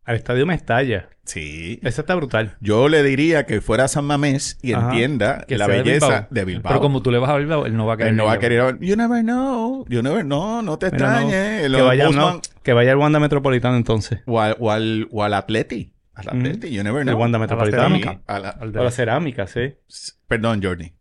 Al estadio Mestalla.
Sí.
Esa está brutal.
Yo le diría que fuera a San Mamés y
Ajá.
entienda
Que
la
sea de
belleza
Bilbao.
de Bilbao.
Pero como tú le vas a Bilbao, él no va a querer.
él no
ir
va a
Bilbao.
querer. You never know. You never know. No te
Mira, no.
extrañes. El
Que vaya,
Ombudsman-
no, que vaya al Wanda Metropolitano entonces.
o, al, o, al, o al Atleti. Al Atleti. You never
El
know.
Wanda
A la
Metropolitano.
cerámica.
A la-
Al de-
O la cerámica, sí.
Perdón, Jordi.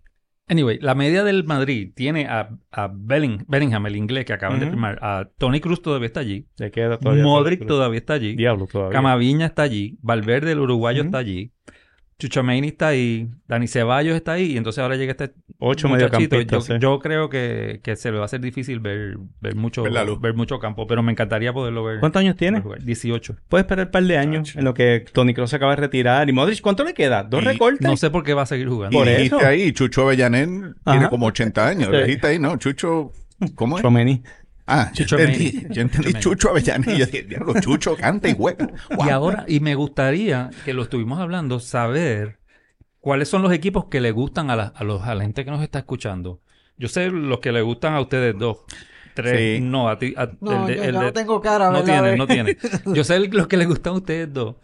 Anyway, la media del Madrid tiene a, a Belling- Bellingham, el inglés que acaban de
Ujú.
firmar. A Tony Cruz todavía está allí.
Le queda todavía.
Modric todavía está allí.
Diablo todavía.
Camaviña está allí. Valverde, el uruguayo,
Ujú.
está allí. Chuchamaini está ahí. Dani Ceballos está ahí. Y entonces ahora llega este
Ocho
muchachito. Yo,
mediocampistas. sí.
yo creo que, que se le va a hacer difícil ver, ver, mucho,
Ver la luz.
ver mucho campo. Pero me encantaría poderlo ver.
¿Cuántos años
ver
tiene?
jugar. 18.
Puede esperar un par de años
Chacho.
en lo que Tony Kroos se acaba de retirar. ¿Y Modric cuánto le queda? ¿Dos
Y-
recortes?
No sé por qué va a seguir jugando.
Y
Por
dijiste
eso.
ahí, Chucho Avellanén tiene
Ajá.
como 80 años.
Sí.
Dijiste ahí, ¿no? Chucho. ¿Cómo es?
Chouameni.
Ah, yo
Chucho
entendí,
Meni.
yo entendí
Chucho
Chucho Avellaneda. Y yo dije, diablo, Chucho canta y juega. Guau.
Y ahora, y me gustaría que lo estuvimos hablando, saber cuáles son los equipos que le gustan a la, a los, a la gente que nos está escuchando. Yo sé los que le gustan a ustedes dos. Tres,
Sí.
no, a ti. a- el
No,
de-
yo,
el
yo
de-
no tengo cara,
no
¿verdad?
tiene, no tiene. Yo sé el- los que les gustan a ustedes dos.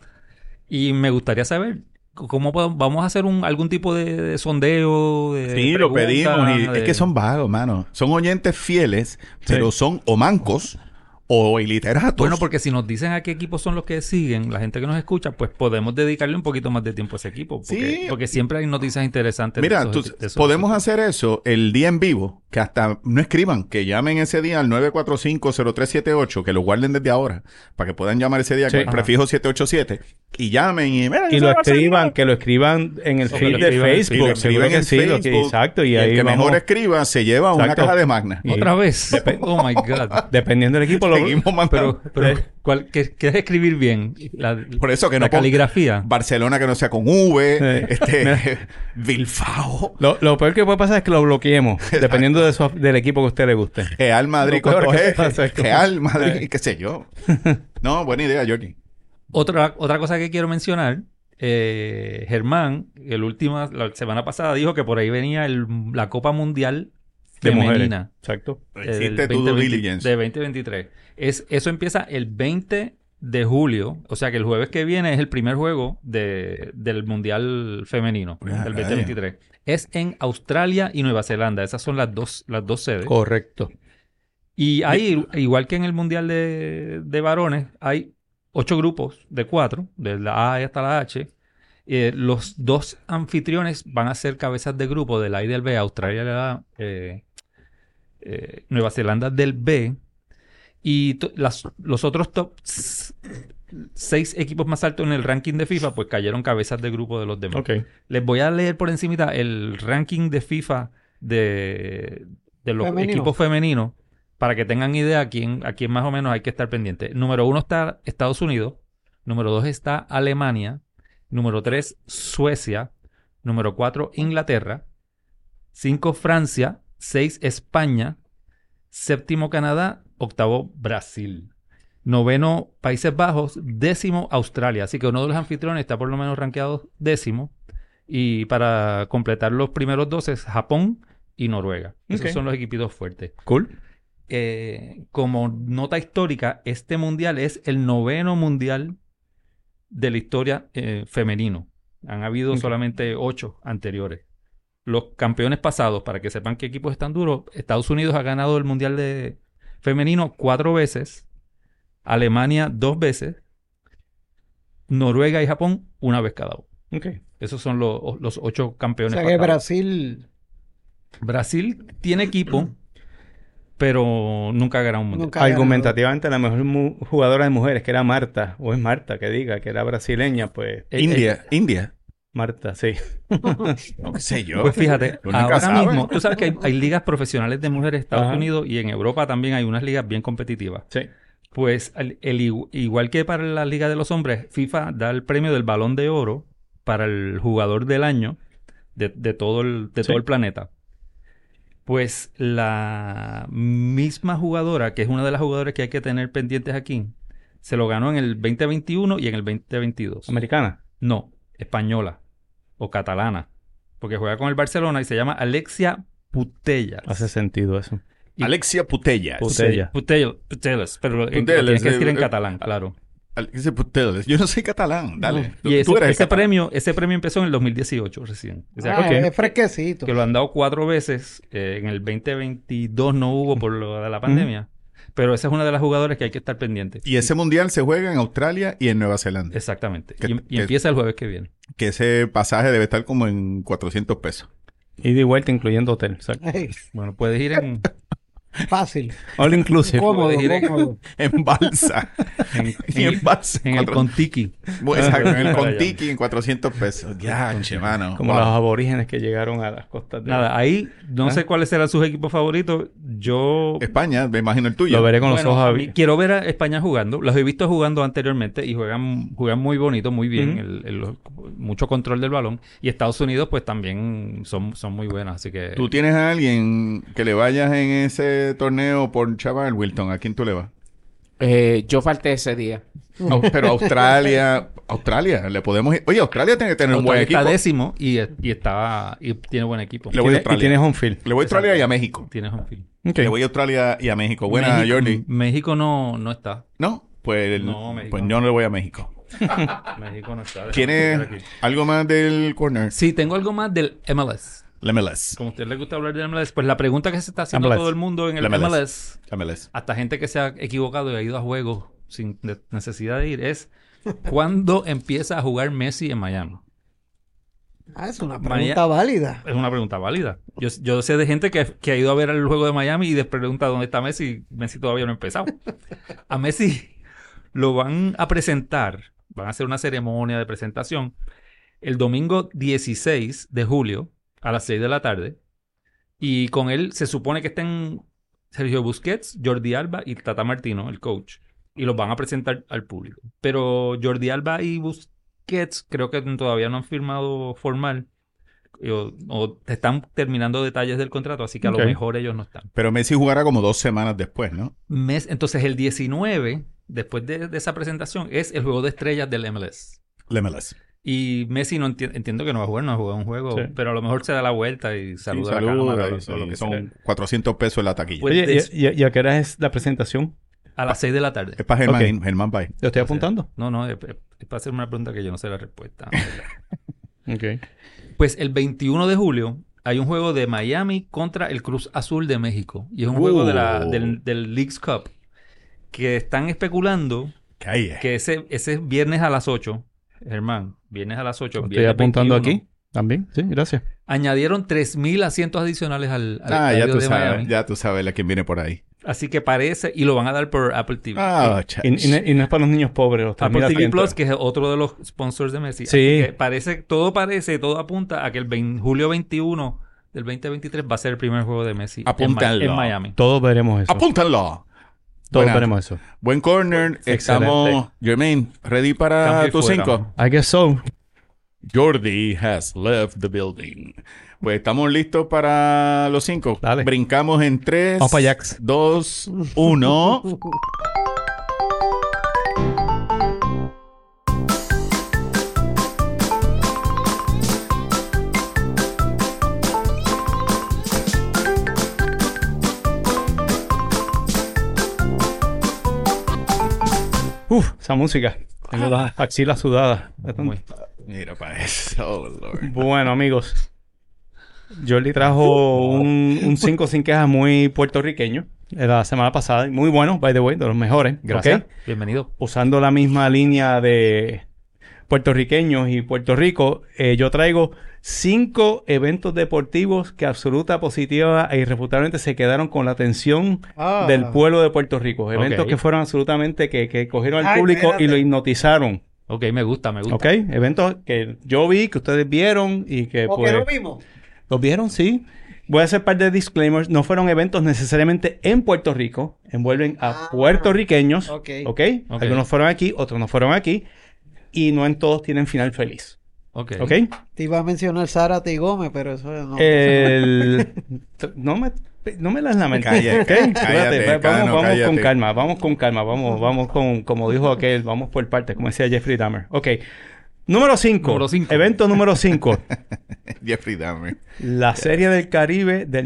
Y me gustaría saber c- cómo podemos- vamos a hacer un, algún tipo de, de sondeo. de
Sí, lo
pregunta,
pedimos. Y
de-
Es que son vagos, mano. Son oyentes fieles, pero son o mancos o iliteratos.
Bueno, porque si nos dicen a qué equipos son los que siguen, la gente que nos escucha, pues podemos dedicarle un poquito más de tiempo a ese equipo. Porque,
Sí.
porque siempre hay noticias interesantes. de
Mira,
esos-
tú-
de esos-
podemos hacer eso el día en vivo, que hasta no escriban, que llamen ese día al 945-0378, que lo guarden desde ahora, para que puedan llamar ese día
Sí.
con el
Ajá.
prefijo 787, y llamen y... "Mira, yo
Y
soy
lo
de Barcelona".
escriban, que lo escriban en el
O que
feed
lo
de
escriban-
Facebook.
Y lo
seguro
escriben
que
en
sí, lo que-
Facebook,
exacto. Y
Y el
ahí
que
vamos-
mejor escriba se lleva una
Exacto.
caja de magna.
Otra vez. Oh my God.
Dependiendo del equipo, lo
Seguimos mandando.
Pero, pero ¿cuál, qué, qué es escribir bien? La,
Por eso que no
la
ponga-
caligrafía.
Barcelona que no sea con V,
Sí.
este, Bilfao,
Lo, lo peor que puede pasar es que lo bloqueemos, dependiendo de su- del equipo que a usted le guste.
Real Madrid
Lo
con
peor
dos
que
E,
pasa es que-
Real Madrid, qué sé yo. No, buena idea, Jordi.
Otra, otra cosa que quiero mencionar, eh, Germán, el última, la semana pasada dijo que por ahí venía el- la Copa Mundial
De mujeres.
Femenina.
Exacto.
eh, del
Hiciste tu due
2020
diligence.
De 2023. Es, eso empieza el 20 de julio, o sea que el jueves que viene es el primer juego de- del Mundial Femenino,
Ah,
del
rayos.
2023. Es en Australia y Nueva Zelanda, esas son las dos, las dos sedes.
Correcto.
Y ahí, igual que en el Mundial de, de Varones, hay ocho grupos de cuatro, de la A hasta la H. Eh, los dos anfitriones van a ser cabezas de grupo del A y del B, Australia del A, eh, eh, Nueva Zelanda del B. Y to- las- los otros top s- seis equipos más altos en el ranking de FIFA, pues cayeron cabezas de grupo de los demás.
Ok.
Les voy a leer por encimita el ranking de FIFA de, de los
Femenino.
equipos femeninos para que tengan idea a quién, a quién más o menos hay que estar pendiente. Número uno está Estados Unidos. Número dos está Alemania. Número tres, Suecia. Número cuatro, Inglaterra. Cinco, Francia. Seis, España. Séptimo, Canadá. Octavo, Brasil. Noveno, Países Bajos. Décimo, Australia. Así que uno de los anfitriones está por lo menos rankeado décimo. Y para completar los primeros dos es Japón y Noruega. Esos
Ok.
son los equipitos fuertes.
Cool.
Eh, como nota histórica, este mundial es el noveno mundial de la historia eh, femenino. Han habido
Ok.
solamente ocho anteriores. Los campeones pasados, para que sepan qué equipos están duros, Estados Unidos ha ganado el mundial de femenino cuatro veces. Alemania dos veces, Noruega y Japón una vez cada uno.
Ok.
Esos son los, los ocho
O
campeones.
sea
para
que
cada uno.
Brasil
Brasil tiene equipo, pero nunca ha ganado un mundial.
nunca ha ganado.
Argumentativamente, la mejor mu- jugadora de mujeres, que era Marta, o es Marta que diga, que era brasileña, pues
Eh, eh,
India, India.
Marta, sí.
No qué sé yo.
Pues fíjate,
Tú nunca
ahora
sabes.
mismo, tú sabes que hay, hay ligas profesionales de mujeres en Estados
Ajá.
Unidos y en Europa también hay unas ligas bien competitivas.
Sí.
Pues al- el igu- igual que para la Liga de los Hombres, FIFA da el premio del Balón de Oro para el jugador del año de, de todo, el, de
Sí.
todo el planeta. Pues la misma jugadora, que es una de las jugadoras que hay que tener pendientes aquí, se lo ganó en el 2021 y en el 2022.
Americana.
No, española o catalana, porque juega con el Barcelona y se llama Alexia Putellas.
Hace sentido eso.
Y-
Alexia Putellas.
Putella.
Putellas, Putellas, pero lo- en- lo
Putellas,
tienes que
eh,
decir en
eh,
catalán, claro.
Alexia Putellas. Yo no soy catalán. Dale.
Y ese,
el
ese
catalán.
premio, ese premio empezó en el 2018 recién. O sea,
Ah,
ok.
Es fresquecito.
que lo han dado cuatro veces. eh, en el 2022 no hubo por lo de la pandemia. Pero esa es una de las jugadoras que hay que estar pendiente.
Y ese mundial se juega en Australia y en Nueva Zelanda.
Exactamente.
Que-
y y
que-
empieza el jueves que viene.
Que ese pasaje debe estar como en 400 pesos.
Ida y vuelta, incluyendo hotel. Exacto.
Ey,
Bueno, puedes ir en,
Fácil,
All inclusive.
cómodo,
puedes ir en-
cómodo.
En balsa.
en,
y
en-
en balsa.
en el
Cuatro-
Contiki.
Bueno, exacto, en el
Para allá.
Contiki en 400 pesos. Ya, che, mano.
Como
Wow.
los aborígenes que llegaron a las costas de...
Nada, ahí no
Ah.
sé cuáles serán sus equipos favoritos. Yo
España, me imagino el tuyo.
Lo veré con los
bueno,
ojos
a
abiertos.
mí- quiero ver a España jugando. Los he visto jugando anteriormente y juegan, juegan muy bonito, muy bien.
Ujú.
el- el- mucho control del balón. Y Estados Unidos, pues también son, son muy buenas. Así que
¿Tú tienes a alguien que le vayas en ese torneo por chaval, Wilton? ¿A quién tú le vas?
Eh, yo falté ese día.
No, pero Australia, Australia, le podemos ir. Oye, Australia tiene que tener un buen
Australia
equipo.
está décimo y, y está y tiene buen equipo.
Le voy a
Tiene- y
Australia.
tienes home field.
Le voy a Australia y a México.
Tiene home field.
Ok.
Le voy a Australia y a México. Buena,
México-
Jordi.
México no, no está.
No, pues,
No, México.
pues yo no le voy a México.
México no está. Déjame chequear
¿Tienes
aquí.
algo más del corner?
Sí, tengo algo más del MLS.
La MLS.
Como a usted le gusta hablar del MLS, pues la pregunta que se está haciendo
MLS.
todo el mundo en el
La MLS.
MLS
La MLS.
hasta gente que se ha equivocado y ha ido a juegos sin ne- necesidad de ir, es ¿cuándo empieza a jugar Messi en Miami?
Ah, es una
Maya-
pregunta válida.
Es una pregunta válida. Yo, yo sé de gente que, que ha ido a ver el juego de Miami y les pregunta dónde está Messi. Messi todavía no ha empezado. A Messi lo van a presentar, van a hacer una ceremonia de presentación el domingo 16 de julio a las 6 de la tarde. Y con él se supone que estén Sergio Busquets, Jordi Alba y Tata Martino, el coach. Y los van a presentar al público. Pero Jordi Alba y Busquets creo que todavía no han firmado formal. eh, O, o te están terminando detalles del contrato, así que a
Ok.
lo mejor ellos no están.
Pero Messi jugará como dos semanas después, ¿no?
Mes, entonces el 19, después de, de esa presentación, es el juego de estrellas del MLS.
La MLS.
Y Messi no enti- entiendo que no va a jugar, no ha jugado un juego,
Sí.
pero a lo mejor se da la vuelta y
Sí,
saluda a la
saluda,
cámara
y
o- o lo que sea.
son 400 pesos en la taquilla.
Pues-
Oye,
des-
¿y, y- y a qué hora es la presentación?
A las 6 de la tarde.
es para Germán,
Ok.
Germán Bay.
Lo estoy apuntando.
No, no, es, es para hacer una pregunta que yo no sé la respuesta.
Ok.
pues el 21 de julio hay un juego de Miami contra el Cruz Azul de México. Y es un
Uh.
juego de la, del, del Leagues Cup. Que están especulando
Calle.
que ese, ese es viernes a las 8, Germán. Viernes a las 8.
Lo estoy
viernes
apuntando
21.
aquí. También, sí, gracias.
Añadieron 3.000 asientos adicionales al, al
Ah, ya
estadio
tú
de
sabes,
Miami.
ya tú sabes la que viene por ahí.
Así que parece, y lo van a dar por Apple TV.
Ah,
Y, y no- y no es para los niños pobres, los
Apple
3.000
TV
asientos.
Plus, que es otro de los sponsors de Messi.
Pues Sí.
Así que parece, todo parece, todo apunta a que el 20 julio 21 del 2023 va a ser el primer juego de Messi en Ma-
Apúntalo.
en, Miami.
Todos veremos eso.
Apúntalo.
Todos
Buena.
veremos eso.
Buen corner. Estamos, Jermaine, ready para
Ah,
Cambio y
tus
fuera.
cinco.
I guess so.
Jordi has left the building. Pues estamos listos para los cinco.
Dale.
Brincamos en tres,
Vamos pa' Jax.
dos, uno.
Uf, esa música. Tengo las axilas sudadas.
Muy-
Mira para eso, oh, Lord.
Bueno, amigos. Jordi trajo un, un cinco sin quejas muy puertorriqueño. la semana pasada. Muy bueno, by the way, de los mejores.
Gracias.
¿ok?
Bienvenido.
Usando la misma línea de puertorriqueños y Puerto Rico, eh, yo traigo cinco eventos deportivos que absoluta, positiva e irrefutablemente se quedaron con la atención
Ah.
del pueblo de Puerto Rico. Eventos
Ok.
que fueron absolutamente que, que cogieron al
Ay,
público y
espérate.
lo hipnotizaron.
Ok, me gusta, me gusta.
¿Ok? Eventos que yo vi, que ustedes vieron y que
¿O
pues...
que no vimos?
¿Los vieron? Sí. Voy a hacer par de disclaimers. No fueron eventos necesariamente en Puerto Rico. Envuelven a
Ah,
puertorriqueños.
ok.
ok.
Ok.
Algunos fueron aquí, otros no fueron aquí. Y no en todos tienen final feliz.
Ok.
¿Ok?
Te iba a mencionar Zárate y Gómez, pero eso no.
Eh, El- tr- no, me, no me las lamentes.
Cállate,
¿ok? Espérate,
cállate,
va- vamos
Cano,
vamos con
cállate.
calma, vamos con calma, vamos, vamos con, como dijo aquel, vamos por partes, como decía Jeffrey Dahmer. Ok. Número 5.
Número cinco.
Evento número 5.
Jeffrey Dahmer.
La Serie del Caribe del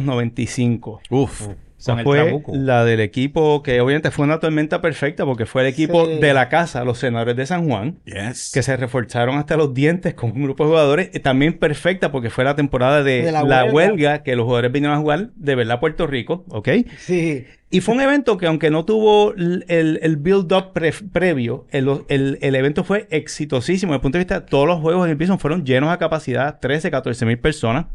1995.
Uf.
Esa
Con el
fue
trabuco.
la del equipo que obviamente fue una tormenta perfecta porque fue el equipo
Sí.
de la casa, los senadores de San Juan,
Yes.
que se reforzaron hasta los dientes con un grupo de jugadores. eh, También perfecta porque fue la temporada de,
De
la,
la
huelga.
huelga.
que los jugadores vinieron a jugar de verdad a Puerto Rico, ¿ok?
Sí.
Y fue un evento que aunque no tuvo l- el, el build-up pre- previo, el, el- el evento fue exitosísimo. Desde el punto de vista, todos los juegos del Bison fueron llenos a capacidad, 13, 14 mil personas.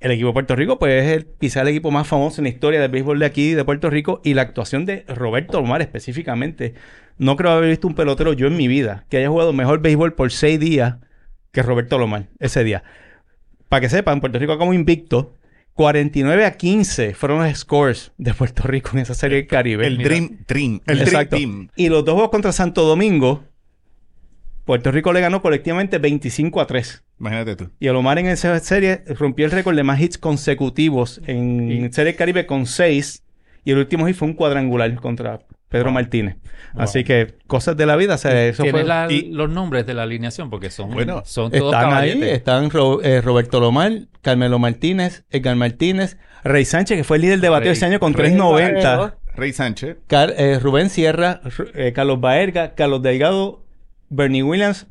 El equipo de Puerto Rico, pues es el, quizá el equipo más famoso en la historia del béisbol de aquí, de Puerto Rico, y la actuación de Roberto Omar específicamente. No creo haber visto un pelotero yo en mi vida que haya jugado mejor béisbol por seis días que Roberto Lomar ese día. Para que sepan, Puerto Rico como invicto, 49 a 15 fueron los scores de Puerto Rico en esa serie del Caribe.
el
mira.
Dream Team. El
Exacto.
Dream Team.
Y los dos juegos contra Santo Domingo, Puerto Rico le ganó colectivamente 25 a 3.
Imagínate tú.
Y Omar en esa serie rompió el récord de más hits consecutivos en
Y-
Serie del Caribe con seis. Y el último hit fue un cuadrangular contra Pedro Martínez. Así que cosas de la vida. o sea, eso fue...
¿Tienes la-
y-
los nombres de la alineación? Porque son,
Bueno,
son todos
Están ahí,
caballetes.
están Ro- eh, Roberto Lomar, Carmelo Martínez, Edgar Martínez, Rey Sánchez, que fue el líder de bateo
Rey-
ese año con
Rey
3.90,
Rey Sánchez.
Car- eh, Rubén Sierra, Ru- eh, Carlos Baerga, Carlos Delgado, Bernie Williams,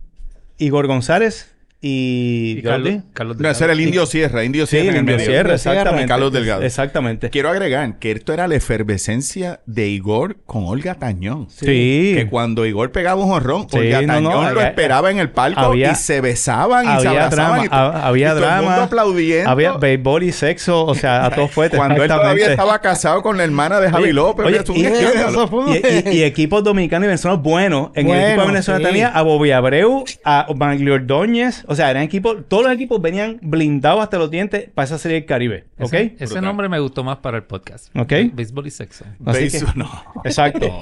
Igor González y...
Y Carlos,
¿Dónde?
Carlos
No, ese era el Indio Sierra. Indio
Sí,
Sierra en el
Indio
medio.
Sierra,
Indio Sierra.
exactamente.
Carlos Delgado.
Exactamente.
Quiero agregar que esto era la efervescencia de Igor con Olga Tañón.
Sí.
Que cuando Igor pegaba un jorrón,
Sí,
Olga
no,
Tañón
no,
lo
había-
esperaba en el palco
había-
y se besaban y se
había
abrazaban.
drama,
y to-
ha- había
y todo el mundo
drama,
aplaudiendo.
Había béisbol y sexo, o sea, a todo fuerte.
cuando él todavía
exactamente.
estaba casado con la hermana de Javi
Oye,
López.
oye,
mira tú, ¿qué
y, y-
hablas?
y- y- y equipos dominicanos y venezolanos buenos. En el equipo de
Bueno,
Venezuela
sí.
tenía a Bobby Abreu, a Manglio Ordóñez. O sea, eran equipos, todos los equipos venían blindados hasta los dientes para esa serie del Caribe. ¿Ok?
Ese- Ese,
Brutal.
nombre me gustó más para el podcast.
Ok.
Béisbol y sexo.
Así
Beso,
que-
no.
Exacto.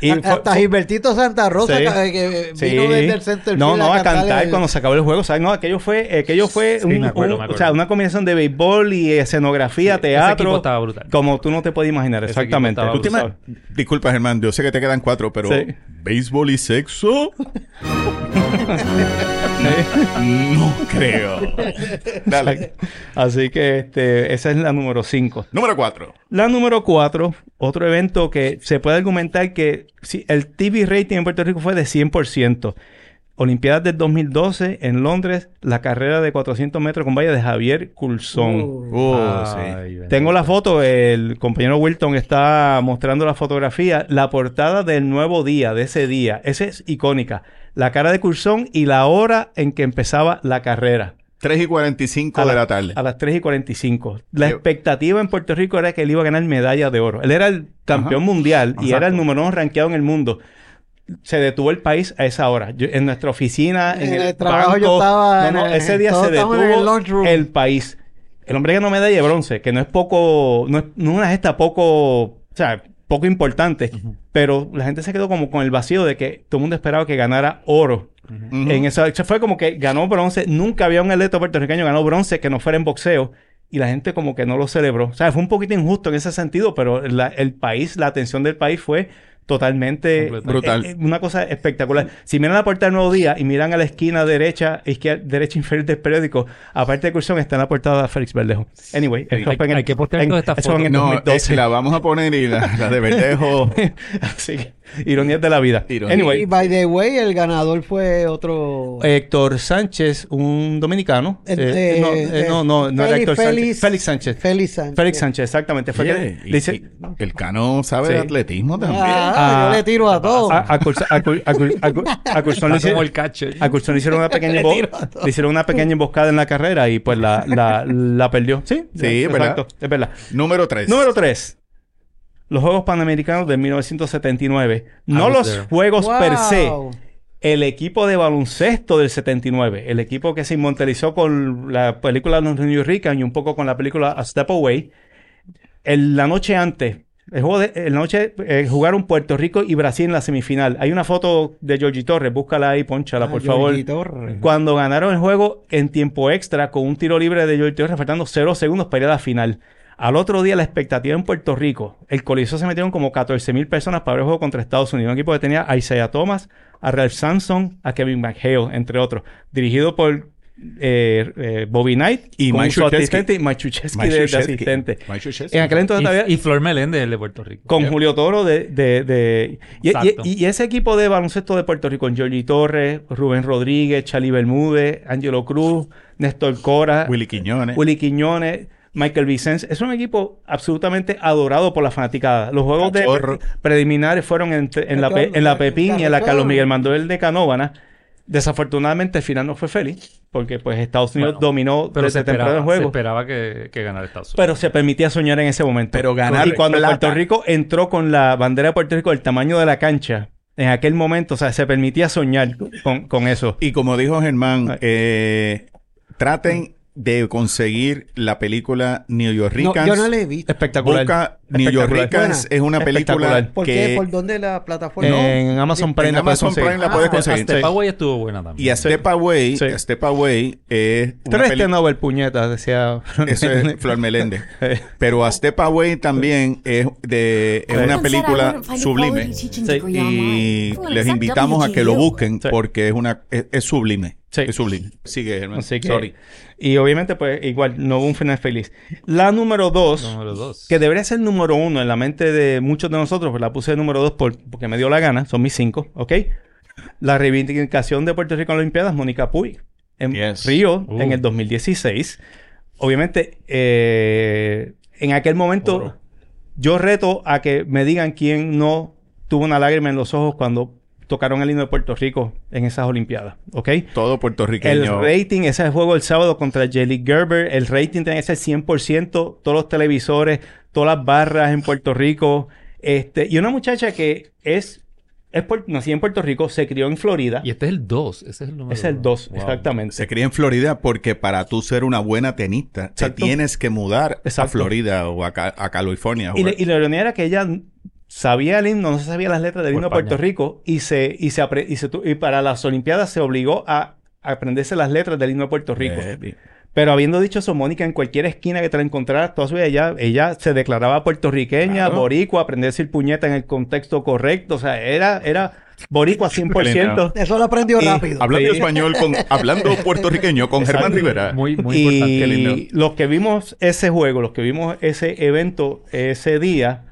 Y fue-
Hasta Gilbertito Santa Rosa
Sí.
que,
eh,
que
Sí.
vino desde el center
No,
field
no, a
cantarle
cantar
el-
cuando se acabó el juego. ¿sabes? No, aquello fue, aquello fue un-
me acuerdo,
un-
me
o
acuerdo.
sea, una combinación de béisbol y escenografía,
Sí, ese equipo
teatro.
estaba brutal.
Como tú no te puedes imaginar,
Ese equipo
exactamente.
estaba
Tú te ima-
brutal.
Disculpa, Germán, yo sé que te quedan cuatro, pero
Sí.
béisbol y sexo. no creo. Dale.
Así que este, esa es la número 5.
Número cuatro.
La número 4, otro evento que se puede argumentar que sí, el TV rating en Puerto Rico fue de 100%. Olimpiadas del 2012 en Londres, la carrera de 400 metros con valla de Javier Coulson.
Uh,
Oh, sí.
Ay, bendito.
Tengo la foto, el compañero Wilton está mostrando la fotografía, la portada del nuevo día, de ese día. Esa es icónica. La cara de Curzón y la hora en que empezaba la carrera.
3 y 45
A
de
la-
la tarde.
A las 3 y 45. La
Yo-
expectativa en Puerto Rico era que él iba a ganar medalla de oro. Él era el campeón mundial y
Exacto.
era el número uno rankeado en el mundo. Se detuvo el país a esa hora. Yo- en nuestra oficina, en,
En
el,
el trabajo
banco.
yo estaba
No, no,
en el-
ese día
todos
se
estábamos en el lunch
detuvo
room.
el, país. El hombre ganó medalla de bronce, que no es poco, no es, no es una gesta poco, o sea, poco importante. Pero la gente se quedó como con el vacío de que todo el mundo esperaba que ganara oro.
Ujú.
En esa, eso fue como que ganó bronce. Nunca había un atleta puertorriqueño que ganó bronce que no fuera en boxeo. Y la gente como que no lo celebró. O sea, fue un poquito injusto en ese sentido, pero la- el país, la atención del país fue totalmente
Completamente.
Brutal.
eh, eh, una cosa espectacular. Si miran la puerta del nuevo día y miran a la esquina derecha, izquierda, derecha inferior del periódico, aparte de Cursón, está en la portada de Félix Verdejo. Anyway, esto
Hay-
fue en
hay que postear
en-
todas estas
eh,
eso fue en el
No,
2012.
es- la vamos a poner y la, la de verdejo.
Así que Ironías de la vida.
Ironía.
Anyway.
Y by the way, el ganador fue otro.
Héctor Sánchez, un dominicano.
Eh,
Eh,
eh,
no, eh,
eh,
no, no, no era
Félix-
Héctor
Félix-
Sánchez. Félix Sánchez.
Félix Sánchez.
Félix Sánchez, exactamente. Fue
Oye,
que
y-
le hice-
y- el Cano sabe de
Sí.
atletismo también.
Ah,
Ah,
yo le tiro a todo.
a, a Cursa- a Cur- a Cur- a Cur- a Curzón le
Está como
hice-
el catcher.
a Curzón le hicieron una pequeña embo- le hicieron una pequeña emboscada en la carrera y pues la, la, la perdió. Sí,
Sí, es verdad.
exacto, es verdad.
Número 3.
Número 3. Los Juegos Panamericanos de 1979. No
was
los
there.
Juegos
Wow.
per se. El equipo de baloncesto del 79. El equipo que se inmortalizó con la película New Rican y un poco con la película A Step Away. El- la noche antes. El juego de, en la noche eh, jugaron Puerto Rico y Brasil en la semifinal. Hay una foto de Georgie Torres. Búscala ahí, ponchala,
Ah,
por
Jordi
favor.
Torres.
Cuando ganaron el juego en tiempo extra con un tiro libre de George Torres, faltando 0 segundos para ir a la final. Al otro día, la expectativa en Puerto Rico. El Coliseo se metieron como 14 mil personas para ver el juego contra Estados Unidos. Un equipo que tenía a Isaiah Thomas, a Ralph Sampson, a Kevin McHale, entre otros. Dirigido por eh, eh, Bobby Knight
Y
con
Mike
su
Krzyzewski.
asistente y Mike Krzyzewski
Mike
de, de
Krzyzewski.
asistente.
Mike Krzyzewski.
En aquel entonces todavía
Y, y Flor Meléndez, el de Puerto Rico.
con Julio Toro de... de- de- y, y-
Exacto.
y- y ese equipo de baloncesto de Puerto Rico, con Jorge Torres, Rubén Rodríguez, Charlie Bermúdez, Angelo Cruz, Néstor Cora, Willy,
Willy Quiñones.
Quiñones, Michael Vicens. Es un equipo absolutamente adorado por la fanaticada. Los juegos de
Cachorro.
preliminares fueron en, en la, Pe- en la Pepín y en la Carlos Miguel Manuel de Canóvana. Desafortunadamente el final no fue feliz porque pues Estados Unidos
Bueno,
dominó
Pero se
desde temprano el
esperaba, se
juego.
esperaba que, que ganara Estados Unidos.
Pero se permitía soñar en ese momento.
Pero ganar
Y cuando
plata.
Puerto Rico entró con la bandera de Puerto Rico del tamaño de la cancha, en aquel momento, o sea, se permitía soñar con, con eso.
Y como dijo Germán,
Ay.
eh, traten de conseguir la película New York
No, yo no le he visto.
Espectacular.
Busca New York
Espectacular.
es una película
Espectacular.
¿Por
que
qué? ¿Por dónde la plataforma?
En Amazon Prime
en
la puedes
Amazon
conseguir. este
Prime la
Ah,
puedes
Hasta
conseguir.
Step Away estuvo buena también.
Y a Step Away,
Sí.
a Step Away es una
Tres
peli-
de Nobel, puñetas, decía.
Eso es Flor Meléndez.
Eh.
Pero a Step Away también es de es
Sí.
una película sublime. Y les invitamos a que lo busquen
Sí.
porque es una es, es sublime.
Sí.
Es sublime. Sigue, Germán.
Así que-
Sorry.
Y obviamente, pues, igual, no hubo un final feliz. La número dos,
Número dos.
que debería ser número uno en la mente de muchos de nosotros, pues la puse de número dos por- porque me dio la gana, son mis cinco, ¿ok? La reivindicación de Puerto Rico en las Olimpiadas, Mónica Puy, en
Yes.
Río,
Uh.
en el 2016. Obviamente, eh, en aquel momento,
Oro.
yo reto a que me digan quién no tuvo una lágrima en los ojos cuando tocaron el himno de Puerto Rico en esas Olimpiadas, ¿ok?
Todo
El
puertorriqueño.
rating, ese juego el sábado contra Jelly Gerber, el rating tenía que ser 100%, todos los televisores, todas las barras en Puerto Rico. Este, y una muchacha que es, es puer- nacida en Puerto Rico, se crió en Florida.
Y este es el 2. Ese es el número
es el
uno.
2,
Wow.
exactamente.
Se cría en Florida porque para tú ser una buena tenista te
Exacto.
tienes que mudar a
Exacto.
Florida o a, Ca- a California.
Y,
o-
le- y la ironía era que ella sabía el himno, no se sabía las letras del
Por
himno de Puerto
España.
Rico y se y se, apre- y se tu- y para las Olimpiadas se obligó a aprenderse las letras del himno de Puerto Rico.
Eh,
Pero habiendo dicho eso, Mónica, en cualquier esquina que te la encontraras, toda su vida, ella, ella se declaraba puertorriqueña,
Claro.
boricua, aprendía a decir puñeta en el contexto correcto. O sea, era, era boricua 100%.
Eso lo aprendió
Y-
rápido.
hablando
Sí.
español con hablando puertorriqueño con Germán
Exacto.
Rivera.
Muy, muy
y
importante.
los que vimos ese juego, los que vimos ese evento ese día,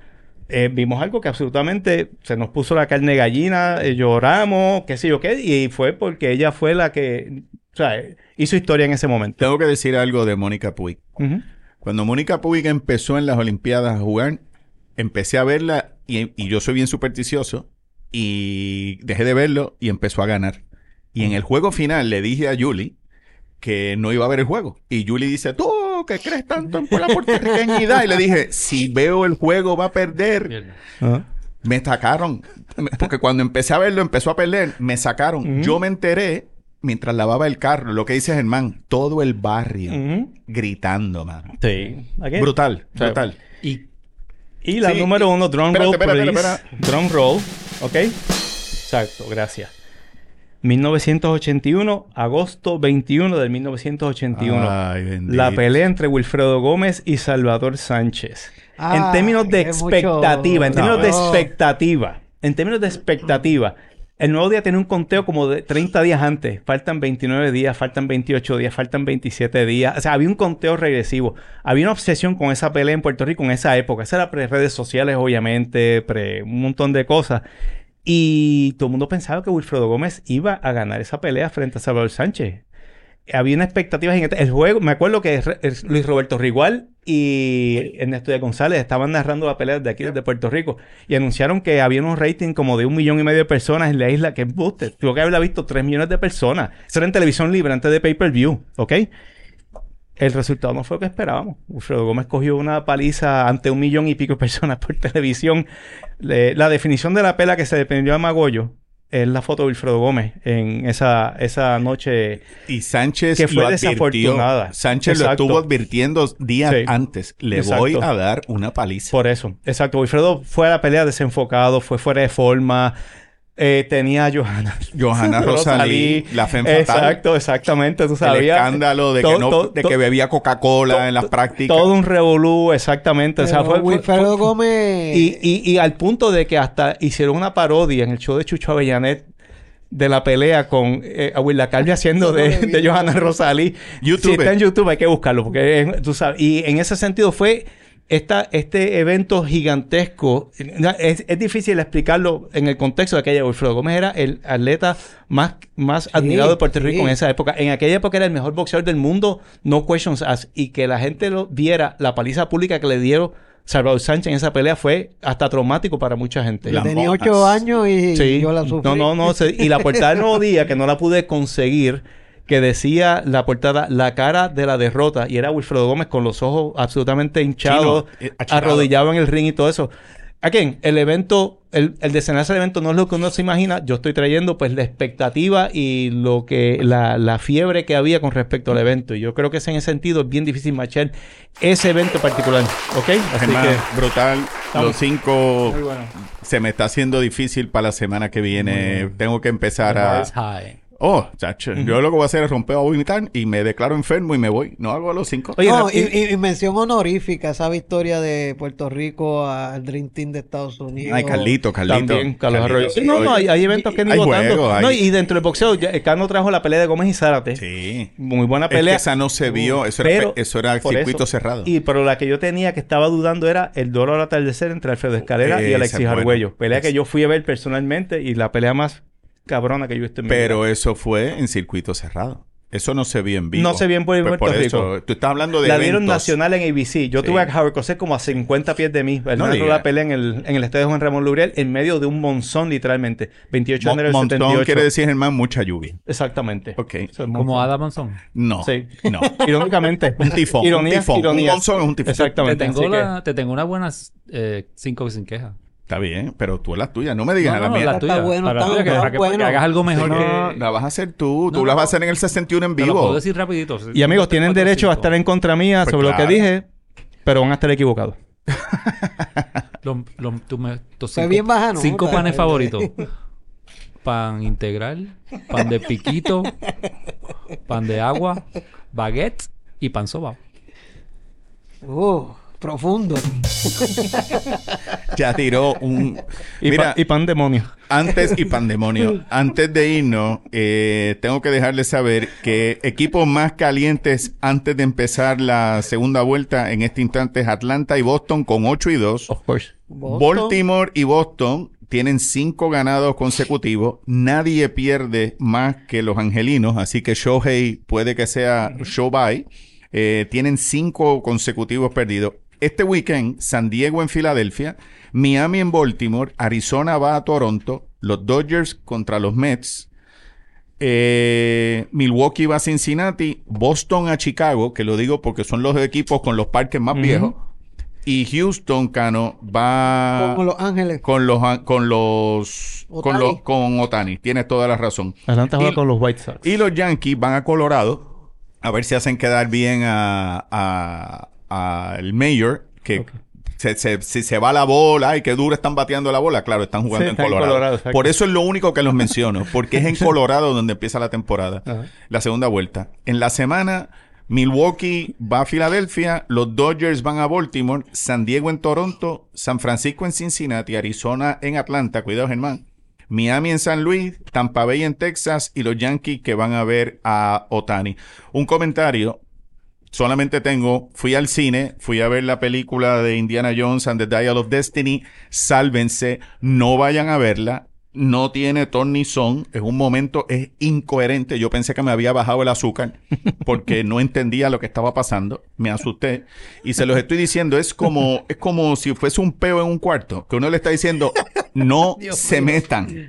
eh, vimos algo que absolutamente se nos puso la carne de gallina, eh, lloramos, qué sé yo qué, y fue porque ella fue la que o sea, eh, hizo historia en ese momento.
Tengo que decir algo de Mónica Puig.
Ujú.
Cuando Mónica Puig empezó en las Olimpiadas a jugar, empecé a verla y, y yo soy bien supersticioso y dejé de verlo y empezó a ganar. Y en el juego final le dije a Julie que no iba a ver el juego. Y Julie dice, tú que crees tanto en la puertorriqueñidad. Y le dije, si veo el juego va a perder.
Mierda.
Me sacaron. Porque cuando empecé a verlo, empezó a perder. Me sacaron.
Ujú.
Yo me enteré mientras lavaba el carro. Lo que dice Germán, todo el barrio
Ujú.
gritando, mano.
Sí. Again.
Brutal,
O sea,
brutal.
Y
Y la
Sí,
número
y-
uno, drum
espérate,
roll,
espérate,
please.
espérate.
Drum roll, ¿ok? Exacto, gracias. 1981, agosto 21 del 1981.
Ay, bendito.
la pelea entre Wilfredo Gómez y Salvador Sánchez.
Ah,
en términos de
es mucho-
expectativa, en términos de
No.
expectativa, en términos de expectativa, el nuevo día tiene un conteo como de 30 días antes. Faltan 29 días, faltan 28 días, faltan 27 días. O sea, había un conteo regresivo. Había una obsesión con esa pelea en Puerto Rico en esa época. Esa era pre-redes sociales, obviamente, pre un montón de cosas. Y todo el mundo pensaba que Wilfredo Gómez iba a ganar esa pelea frente a Salvador Sánchez. Había una expectativa gigante. este, El juego, me acuerdo que Re- es- Luis Roberto Rigual y Ernesto de González estaban narrando la pelea de aquí, desde Puerto Rico, y anunciaron que había un rating como de un millón y medio de personas en la isla, que es buste. Tuvo que haberla visto tres millones de personas. Eso era en televisión libre, antes de pay-per-view, ¿ok? El resultado no fue lo que esperábamos. Wilfredo Gómez cogió una paliza ante un millón y pico de personas por televisión. Le- la definición de la pela que se dependió a Magollo es la foto de Wilfredo Gómez en esa, esa noche.
Y Sánchez
Que fue
lo advirtió.
desafortunada.
Sánchez
Exacto.
lo estuvo advirtiendo días
Sí.
antes. Le
Exacto.
voy a dar una paliza.
Por eso, exacto. Wilfredo fue a la pelea desenfocado, fue fuera de forma. eh, tenía a Johanna.
Johanna Rosalí, la femme fatale.
Exacto, exactamente. Tú
El
sabías.
escándalo de
To-
que, no,
to-
de
to-
que bebía
to-
Coca-Cola en las
to-
prácticas.
Todo un revolú, exactamente. o sea,
Pero
fue- fue-
Wilfredo Gómez.
Y, y- y al punto de que hasta hicieron una parodia en el show de Chucho Avellanet de la pelea con eh, a Willa Calvi haciendo de, de Johanna Rosalí.
YouTube.
Si está en YouTube hay que buscarlo porque es- tú sabes. Y en ese sentido fue esta, este evento gigantesco. Es, es difícil explicarlo en el contexto de aquella. Wilfredo Gómez era el atleta más, más admirado de Puerto
sí.
Rico en esa época. En aquella época era el mejor boxeador del mundo, no questions asked. Y que la gente lo viera, la paliza pública que le dieron Salvador Sánchez en esa pelea fue hasta traumático para mucha gente.
La-
tenía
Lambonas.
ocho años y
Sí.
yo la sufrí.
No, no, no. se- y la portada del nuevo día, que no la pude conseguir, que decía la portada La cara de la derrota. Y era Wilfredo Gómez con los ojos absolutamente hinchados,
Chino, eh, achinado.
arrodillado en el ring y todo eso. ¿A quién? El evento, el, el desenlace del evento no es lo que uno se imagina. Yo estoy trayendo pues la expectativa y lo que, la, la fiebre que había con respecto al evento. Y yo creo que ese, en ese sentido es bien difícil machar ese evento particular. ¿Ok? Así
Germán,
que.
brutal. Los cinco
Muy bueno.
se me está haciendo difícil para la semana que viene. Tengo que empezar a...
high.
Oh, chacho. Yo lo que voy a hacer es romper a vomitar y me declaro enfermo y me voy. No hago a los cinco.
Oye,
No,
rap-
y, y- y mención honorífica esa victoria de Puerto Rico al Dream Team de Estados Unidos.
Ay, Carlito, Carlito.
También, Carlos
Carlito,
Arroyo. Sí, no, no,
Arroyo.
hay, hay eventos que ni
Hay
votando.
juegos, hay-
No, y dentro del boxeo, ya, Cano trajo la pelea de Gómez y Zárate.
Sí.
Muy buena
Es que
pelea. Mm,
esa no se vio. Eso era,
Pero-
eso era
por
circuito
eso.
cerrado.
Y pero la que yo tenía que estaba dudando era el dolor al atardecer entre Alfredo Escalera y
Esa
Alexis
es buena.
Arguello. Pelea que
Esa.
yo fui a ver personalmente y la pelea más cabrona que yo estuve
Pero eso fue en circuito cerrado. Eso no se vio en vivo.
No se vio en
Pues
Puerto
por
Rico.
eso, Tú estás hablando de
La dieron
eventos.
nacional en ABC. Yo
Sí.
tuve a Javier Cosé como a 50 pies de mí. Él
No
narró
diga.
la pelea en el, en el estadio Juan Ramón Lubriel en medio de un monzón, literalmente. 28
Mo-
de enero del
montón
78.
quiere decir, Germán, mucha lluvia.
Exactamente.
Ok.
Eso es
Como
monzón.
Adam Manson.
No.
Sí.
No.
Irónicamente.
Un tifón.
Ironías,
un tifón.
ironías.
Un monzón es un tifón.
Te
Exactamente.
tengo,
así que-
la- te tengo una buena eh, cinco sin queja.
Está bien, pero tú las tuyas. No me digas
No,
a
no,
la mía.
la
Está
tuya.
bueno,
para la
está
tuya, que,
bueno,
para que, para que
bueno.
hagas algo mejor que...
No, la vas a hacer tú.
No,
tú las
no.
vas a hacer en el 61 en
Te lo puedo
vivo.
decir rapidito.
Y amigos, tienen derecho a estar en contra mía
Pues
sobre lo
claro.
que dije, pero van a estar equivocados.
Lo- lo- tú me- tus
Fue
cinco,
bien baja nota.
cinco panes favoritos. Pan integral, pan de piquito, pan de agua, baguette y pan sobao.
Uh, profundo.
Ya tiró un.
Y,
Mira,
pa- y pan demonio.
Antes y pandemonio. Antes de irnos, eh, tengo que dejarles saber que equipos más calientes antes de empezar la segunda vuelta en este instante es Atlanta y Boston con 8 y 2.
Of course.
Boston.
Baltimore y Boston tienen 5 ganados consecutivos. Nadie pierde más que los angelinos, así que Shohei puede que sea Shohei. Eh, tienen 5 consecutivos perdidos. Este weekend, San Diego en Filadelfia, Miami en Baltimore, Arizona va a Toronto, los Dodgers contra los Mets, eh, Milwaukee va a Cincinnati, Boston a Chicago, que lo digo porque son los equipos con los parques más viejos, y Houston, Cano, va
Como Los Ángeles.
con los an- con los con
Otani.
los con Otani. Tienes toda la razón.
Atlanta
Y-
juega con los White Sox.
Y los Yankees van a Colorado a ver si hacen quedar bien a, a- a el Mayor que se, se- si se va la bola y que duro están bateando la bola, claro, están jugando
Sí,
en
están en
Colorado.
Colorado, exacto.
Por eso es lo único que los menciono, porque es en Colorado donde empieza la temporada,
Ajá.
la segunda vuelta. En la semana Milwaukee va a Filadelfia, los Dodgers van a Baltimore, San Diego en Toronto, San Francisco en Cincinnati, Arizona en Atlanta, cuidado Germán, Miami en San Luis, Tampa Bay en Texas y los Yankees que van a ver a Otani. Un comentario, solamente tengo, fui al cine, fui a ver la película de Indiana Jones and the Dial of Destiny, sálvense, no vayan a verla. no tiene ton ni son. Es un momento, es incoherente. Yo pensé que me había bajado el azúcar porque no entendía lo que estaba pasando. Me asusté. Y se los estoy diciendo, es como, es como si fuese un peo en un cuarto, que uno le está diciendo, no se metan,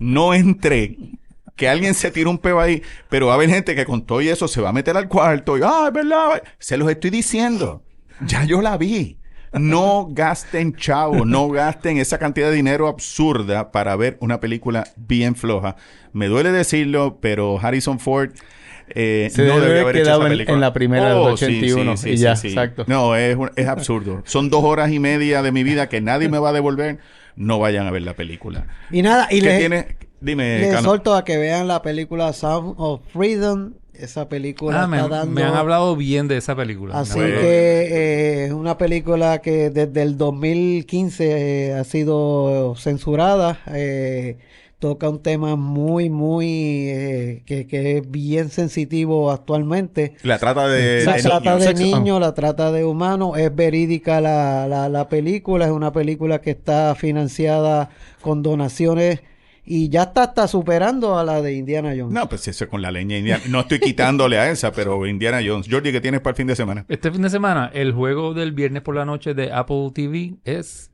no entren. Que alguien se tire un peo ahí, pero va a haber gente que con todo y eso se va a meter al cuarto y, ah, es verdad. Se los estoy diciendo. Ya yo la vi. No gasten chavo, no gasten esa cantidad de dinero absurda para ver una película bien floja. Me duele decirlo, pero Harrison Ford eh,
Se
no
debe
debió
haber
haber hecho esa
quedado en-
película. Oh,
en la primera del
sí,
81 y ya, exacto.
No, es, un- es absurdo. Son dos horas y media de mi vida que nadie me va a devolver. No vayan a ver la película.
Y nada, y
¿Qué
les,
tiene?
eh,
Dime,
les
Cano.
exhorto a que vean la película Sound of Freedom. Esa película
Ah, me,
está dando...
me han hablado bien de esa película.
Así
Bueno.
que eh, es una película que desde el 2015 eh, ha sido censurada. eh, toca un tema muy, muy... eh, que, que es bien sensitivo actualmente.
La trata Eh, de,
la
de
trata
niños.
de
Sexo- Ah.
niños, la trata de humanos. Es verídica la, la, la película. Es una película que está financiada con donaciones y ya está hasta superando a la de Indiana Jones.
No, pues eso es con la leña indiana. No estoy quitándole a esa, pero Indiana Jones. Jordi, ¿qué tienes para el fin de semana?
Este fin de semana, el juego del viernes por la noche de Apple TV es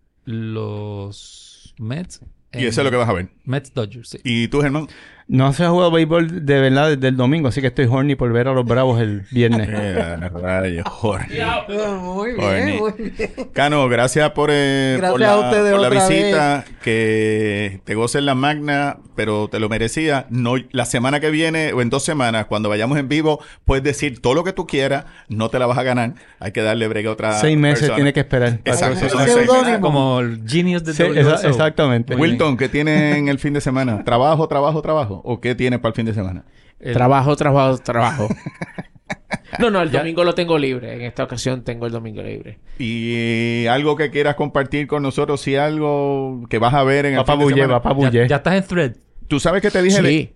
los Mets.
Y eso es lo que vas a ver.
Mets Dodgers, sí.
¿Y tú, Germán?
No se ha jugado béisbol de verdad desde el domingo, así que estoy horny por ver a los Bravos el viernes.
Eh, rayo, Jorge.
Ah, Muy
Joder,
bien, muy bien.
Cano, gracias por, eh,
Gracias
por
a
la,
ustedes
por la
otra
visita. Que te goces la magna, pero te lo merecía. No, la semana que viene o en dos semanas, cuando vayamos en vivo, puedes decir todo lo que tú quieras. No te la vas a ganar. Hay que darle break a otra.
Seis meses
persona.
tiene que esperar. para
Exacto,
que
son
se-
seis meses.
Seudónimo.
Como el genius de
Sí,
WSO.
exa- exactamente.
Muy bien.
Wilton, ¿qué tienen el fin de semana? ¿Trabajo, trabajo, trabajo? ¿O qué tienes para el fin de semana?
El-
Trabajo, trabajo, trabajo. No, no, el
Ya.
domingo lo tengo libre. En esta ocasión tengo el domingo libre.
Y algo que quieras compartir con nosotros, si algo que vas a ver en el
Papá
fin de
Bulle,
semana.
papá
ya,
Bulle.
ya estás en thread.
Tú sabes que te dije de-
Sí.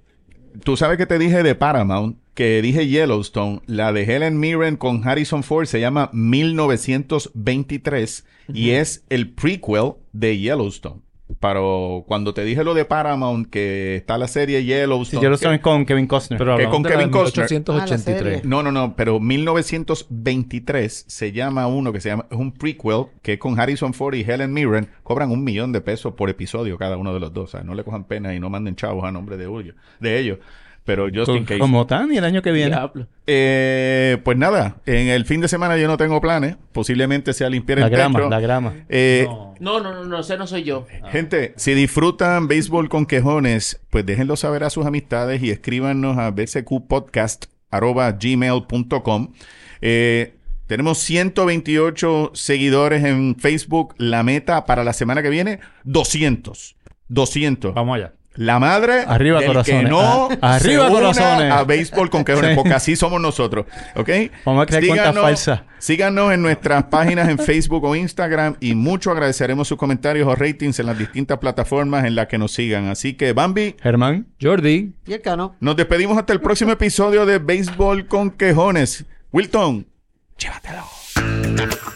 Tú sabes que te dije de Paramount, que dije Yellowstone, la de Helen Mirren con Harrison Ford se llama 1923 y es el prequel de Yellowstone. Pero cuando te dije lo de Paramount, que está la serie Yellowstone.
Sí, yo lo
que-
sé con Kevin Costner.
Pero
Que con
hablamos de la de
Kevin Costner.
Ah,
1883.
No, no, no, pero 1923 se llama uno que se llama, es un prequel que es con Harrison Ford y Helen Mirren, cobran un millón de pesos por episodio cada uno de los dos. O sea, no le cojan pena y no manden chavos a nombre de, ellos- de ellos. Pero Justin Case.
Pues, como tan y el año que viene.
Diablo.
Eh, pues nada, en el fin de semana yo no tengo planes. Posiblemente sea limpiar el
La grama,
techo.
la grama.
Eh,
No.
No, no, no, no, ese no soy yo.
Gente, si disfrutan béisbol con quejones, pues déjenlo saber a sus amistades y escríbanos a bcqpodcast.gmail.com. Eh, tenemos 128 seguidores en Facebook. La meta para la semana que viene, 200. 200.
Vamos allá.
La madre
Arriba
del que
corazones.
no
Ah,
se
arriba
una
corazones.
a béisbol con quejones,
Sí.
porque así somos nosotros, ¿ok?
Vamos a crear
Síganos-
cuentas falsas.
Síganos en nuestras páginas en Facebook o Instagram y mucho agradeceremos sus comentarios o ratings en las distintas plataformas en las que nos sigan. Así que Bambi,
Germán.
Jordi,
Y el cano.
nos despedimos hasta el próximo episodio de Béisbol con quejones. Wilton, llévatelo.